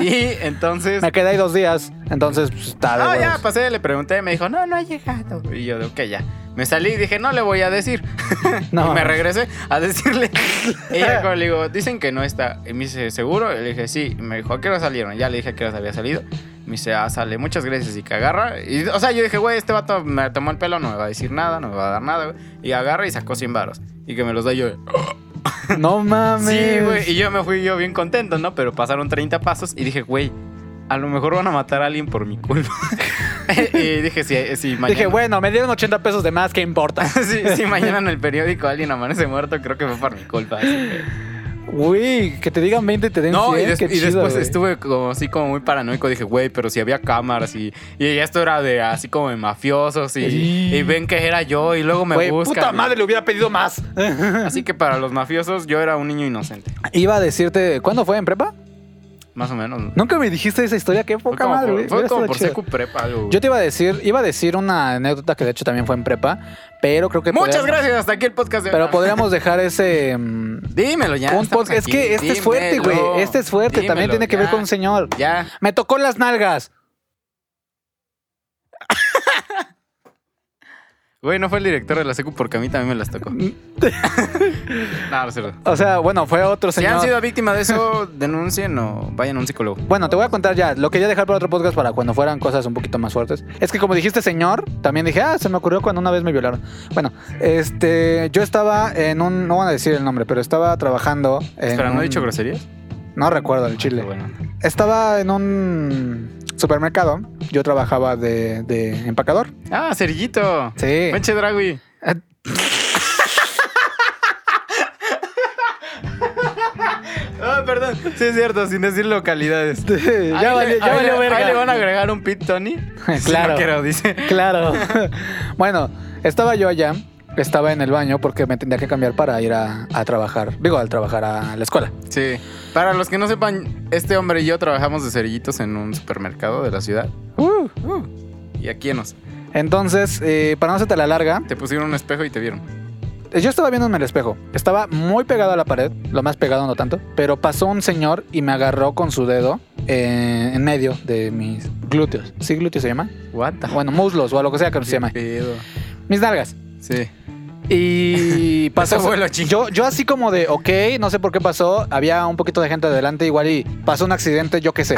A: Y entonces.
B: Me quedé ahí dos días, entonces pues, está de
A: No, Ah, ya
B: huevos.
A: pasé, le pregunté, me dijo, no, no ha llegado. Y yo, de, ok, ya. Me salí y dije, no le voy a decir.
B: No.
A: pues, Y me regresé a decirle. y ya cuando le digo, dicen que no está. Y me dice, ¿seguro? Y le dije, sí. Y me dijo, ¿a qué hora salieron? Ya le dije a qué hora había salido. Me dice, ah, sale, muchas gracias. Y que agarra. Y, o sea, yo dije, güey, este vato me tomó el pelo, no me va a decir nada, no me va a dar nada. güey. Y agarra y sacó 100 varos. Y que me los da y yo.
B: No mames.
A: Sí, güey. Y yo me fui yo bien contento, ¿no? Pero pasaron 30 pasos y dije, güey, a lo mejor van a matar a alguien por mi culpa. y dije, sí, sí, mañana.
B: Dije, bueno, me dieron 80 pesos de más, ¿qué importa?
A: Sí, sí, mañana en el periódico alguien amanece muerto, creo que fue por mi culpa. así que-
B: Uy, que te digan 20 y te den
A: No,
B: 100,
A: y, des-
B: qué
A: y
B: chido,
A: después
B: güey.
A: estuve como así como muy paranoico. Dije, güey, pero si había cámaras y, y ya esto era de así como de mafiosos y,
B: Sí.
A: y ven que era yo y luego me
B: Güey,
A: buscan.
B: puta madre, le hubiera pedido más.
A: Así que para los mafiosos yo era un niño inocente,
B: Iba a decirte, ¿cuándo fue en prepa?
A: más o menos.
B: Nunca me dijiste esa historia, qué
A: Fue
B: poca
A: como
B: madre.
A: por,
B: güey.
A: fue
B: Hubiera
A: como
B: estado
A: por
B: chido.
A: secu prepa. algo.
B: Yo te iba a decir, iba a decir una anécdota que de hecho también fue en prepa, pero creo que
A: Muchas
B: podríamos-
A: gracias, hasta aquí el podcast de
B: Pero podríamos dejar ese mm,
A: Dímelo ya.
B: un
A: estamos
B: podcast. Es
A: aquí,
B: que este es fuerte, güey.
A: dímelo,
B: Este es fuerte, también
A: dímelo,
B: tiene que ver
A: ya,
B: con un señor.
A: Ya.
B: Me tocó las nalgas.
A: Güey, no fue el director de la secu porque a mí también me las tocó. no, no es cierto.
B: O sea, bueno, fue otro
A: Si han
B: señor.
A: sido víctimas de eso, denuncien o vayan a un psicólogo.
B: Bueno, te voy a contar ya. Lo quería dejar para otro podcast para cuando fueran cosas un poquito más fuertes. Es que como dijiste, señor, también dije, ah, se me ocurrió cuando una vez me violaron. Bueno, este, yo estaba en un, no van a decir el nombre, pero estaba trabajando. En
A: Espera, ¿no
B: un-
A: he dicho groserías?
B: No recuerdo el chile.
A: Ah, Bueno.
B: Estaba en un supermercado. Yo trabajaba de, de empacador.
A: Ah, Cerillito.
B: Sí.
A: Pinche Dragui. Ah, perdón. Sí, es cierto, sin decir localidades. Ahí
B: Este, ya
A: le-
B: valió, ya
A: ahí
B: valió
A: le-
B: verga.
A: Ahí le van a agregar un pit, Tony. Sí,
B: Claro.
A: no quiero, dice.
B: Claro. bueno, estaba yo allá, estaba en el baño porque me tendría que cambiar para ir a, a trabajar. Digo, al trabajar a la escuela.
A: Sí. Para los que no sepan, este hombre y yo trabajamos de cerillitos en un supermercado de la ciudad.
B: Uh.
A: Uh. ¿Y a quién nos?
B: Entonces, eh, para no hacerte la larga, eh,
A: Te pusieron un espejo y te vieron.
B: yo estaba viéndome en el espejo. Estaba muy pegado a la pared, lo más pegado no tanto, pero pasó un señor y me agarró con su dedo eh, en medio de mis glúteos. ¿Sí glúteos se llama?
A: What the
B: Bueno, muslos o lo que sea que se llama. Eh,
A: pedo.
B: Mis nalgas.
A: Sí.
B: Y pasó.
A: Eso fue lo chingón.
B: yo, yo así como de, ok, no sé por qué pasó. Había un poquito de gente adelante, igual y pasó un accidente, yo qué sé.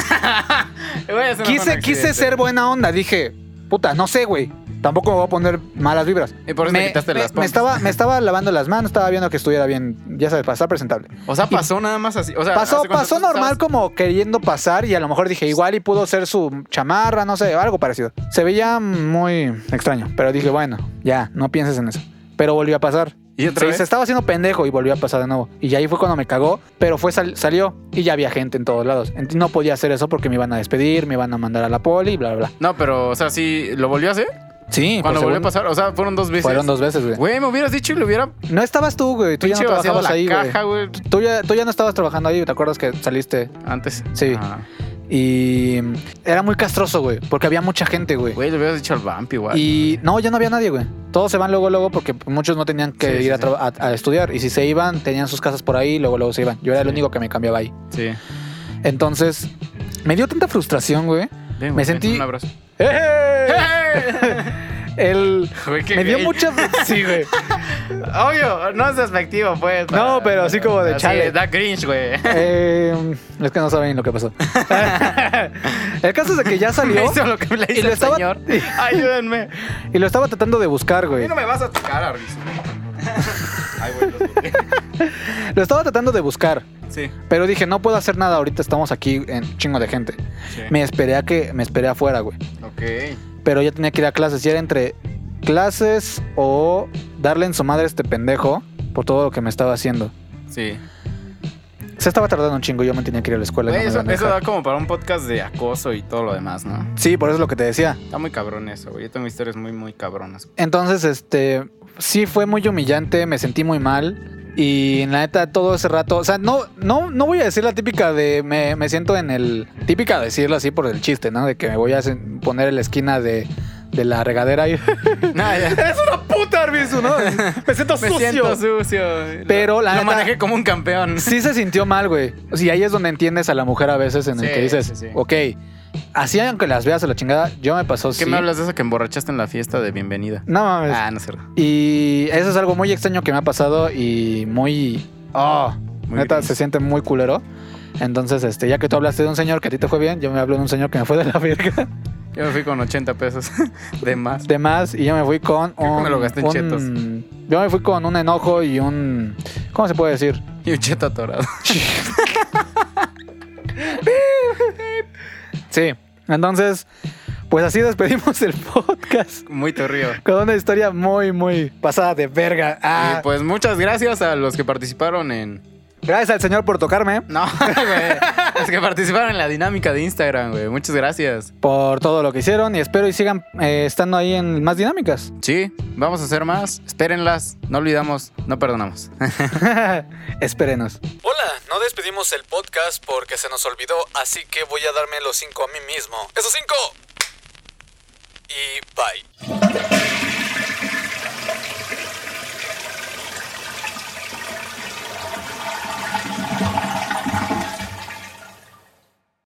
A: Güey, eso no fue un
B: Quise, quise
A: accidente.
B: ser buena onda, dije, puta, no sé, güey. Tampoco me voy a poner malas vibras.
A: Y por eso te Pues quitaste las
B: me
A: pompas.
B: estaba, me estaba lavando las manos, estaba viendo que estuviera bien, ya sabes, para estar presentable.
A: O sea, pasó nada más así. O sea,
B: Pasó,
A: ¿hace cuánto
B: pasó
A: tú estabas?
B: normal como queriendo pasar y a lo mejor dije, igual y pudo ser su chamarra, no sé, algo parecido. Se veía muy extraño, pero dije, bueno, ya, no pienses en eso. Pero volvió a pasar.
A: ¿Y otra
B: Sí,
A: vez?
B: se estaba haciendo pendejo y volvió a pasar de nuevo. Y ya ahí fue cuando me cagó, pero fue sal- salió y ya había gente en todos lados. Ent- No podía hacer eso porque me iban a despedir, me iban a mandar a la poli, bla, bla, bla.
A: No, pero, o sea, sí, lo volvió a hacer.
B: Sí,
A: Cuando
B: por
A: volvió a
B: según-
A: pasar, o sea, fueron dos veces.
B: Fueron dos veces, güey.
A: Güey, me hubieras dicho y le hubiera
B: No estabas tú, güey. Tú ya no
A: pinche vaciado
B: trabajabas
A: la
B: ahí, güey.
A: caja, güey.
B: Tú ya, tú ya no estabas trabajando ahí, ¿te acuerdas que saliste?
A: Antes.
B: Sí.
A: Ah.
B: Y mm, era muy castroso, güey, porque había mucha gente, güey.
A: Güey, le hubieras dicho al vampi, igual.
B: Y no, ya no había nadie, güey. Todos se van luego, luego, porque muchos no tenían que
A: Sí, sí,
B: ir a,
A: sí.
B: traba- a- a estudiar. Y si se iban, tenían sus casas por ahí, luego, luego se iban. Yo era el
A: Sí.
B: único que me cambiaba ahí.
A: Sí.
B: Entonces, me dio tanta frustración, güey.
A: Ven, güey,
B: Me
A: ven,
B: sentí-
A: Un abrazo.
B: El...
A: Güey, eh! qué
B: Me dio
A: gay.
B: mucha... fru- Sí, güey.
A: Obvio, no es despectivo, pues.
B: No, pero así como de chale.
A: Da cringe, güey.
B: Eh, es que no saben lo que pasó. el caso es de que ya
A: Me
B: salió
A: hizo lo que le hizo
B: lo
A: el
B: estaba-
A: señor. Ayúdenme.
B: y lo estaba tratando de buscar,
A: A
B: güey.
A: mí no me vas a tocar, Arvis. Ay, güey, los boté.
B: Lo estaba tratando de buscar,
A: Sí.
B: pero dije, no puedo hacer nada ahorita, estamos aquí en chingo de gente.
A: sí.
B: Me esperé a que me esperé afuera, güey.
A: Ok.
B: Pero ya tenía que ir a clases. Y era entre clases o darle en su madre a este pendejo por todo lo que me estaba haciendo.
A: Sí.
B: Se estaba tardando un chingo. Yo me tenía que ir a la escuela. y
A: Güey,
B: no me
A: eso,
B: iban a
A: eso
B: dejar.
A: da como para un podcast de acoso y todo lo demás, ¿no?
B: Sí, por eso es lo que te decía.
A: Está muy cabrón eso, güey. Yo tengo historias muy, muy cabronas.
B: Entonces, este, sí fue muy humillante. Me sentí muy mal. Y en la neta, todo ese rato, o sea, no, no, no voy a decir la típica de me, me siento en el. Típica decirlo así por el chiste, ¿no? De que me voy a sen- poner en la esquina de, de la regadera y. ¡Eres una puta, Arbizu, ¿no? Me siento
A: Me siento sucio. güey.
B: Pero la
A: Lo
B: neta-
A: manejé como un campeón.
B: sí se sintió mal, güey. O sea, ahí es donde entiendes a la mujer a veces en el
A: Sí,
B: que dices,
A: sí, sí.
B: ok, así aunque las veas a la chingada, yo me pasó
A: ¿Qué
B: sí.
A: me hablas de eso que emborrachaste en la fiesta de bienvenida?
B: No mames.
A: Ah, no es cierto.
B: Y eso es algo muy extraño que me ha pasado y muy... Oh,
A: Muy
B: neta,
A: gris.
B: se siente muy culero. Entonces, este, ya que tú hablaste de un señor que a ti te fue bien, yo me hablo de un señor que me fue de la verga.
A: Yo me fui con 80 pesos de más.
B: De más, y yo me fui con
A: que
B: un...
A: me lo gasté en
B: un-
A: chetos.
B: Yo me fui con un enojo y un... ¿Cómo se puede decir?
A: Y un cheto atorado.
B: Sí. Entonces, pues así despedimos el podcast.
A: Muy torrido.
B: Con una historia muy, muy pasada de verga. Ah,
A: Y pues muchas gracias a los que participaron en.
B: Gracias al señor por tocarme,
A: No, güey. los que participaron en la dinámica de Instagram, güey. Muchas gracias.
B: por todo lo que hicieron y espero y sigan eh, estando ahí en más dinámicas.
A: Sí, vamos a hacer más. Espérenlas. No olvidamos, no perdonamos.
B: Espérenos. Hola, no despedimos el podcast porque se nos olvidó, así que voy a darme los cinco a mí mismo. ¡Esos cinco! Y bye.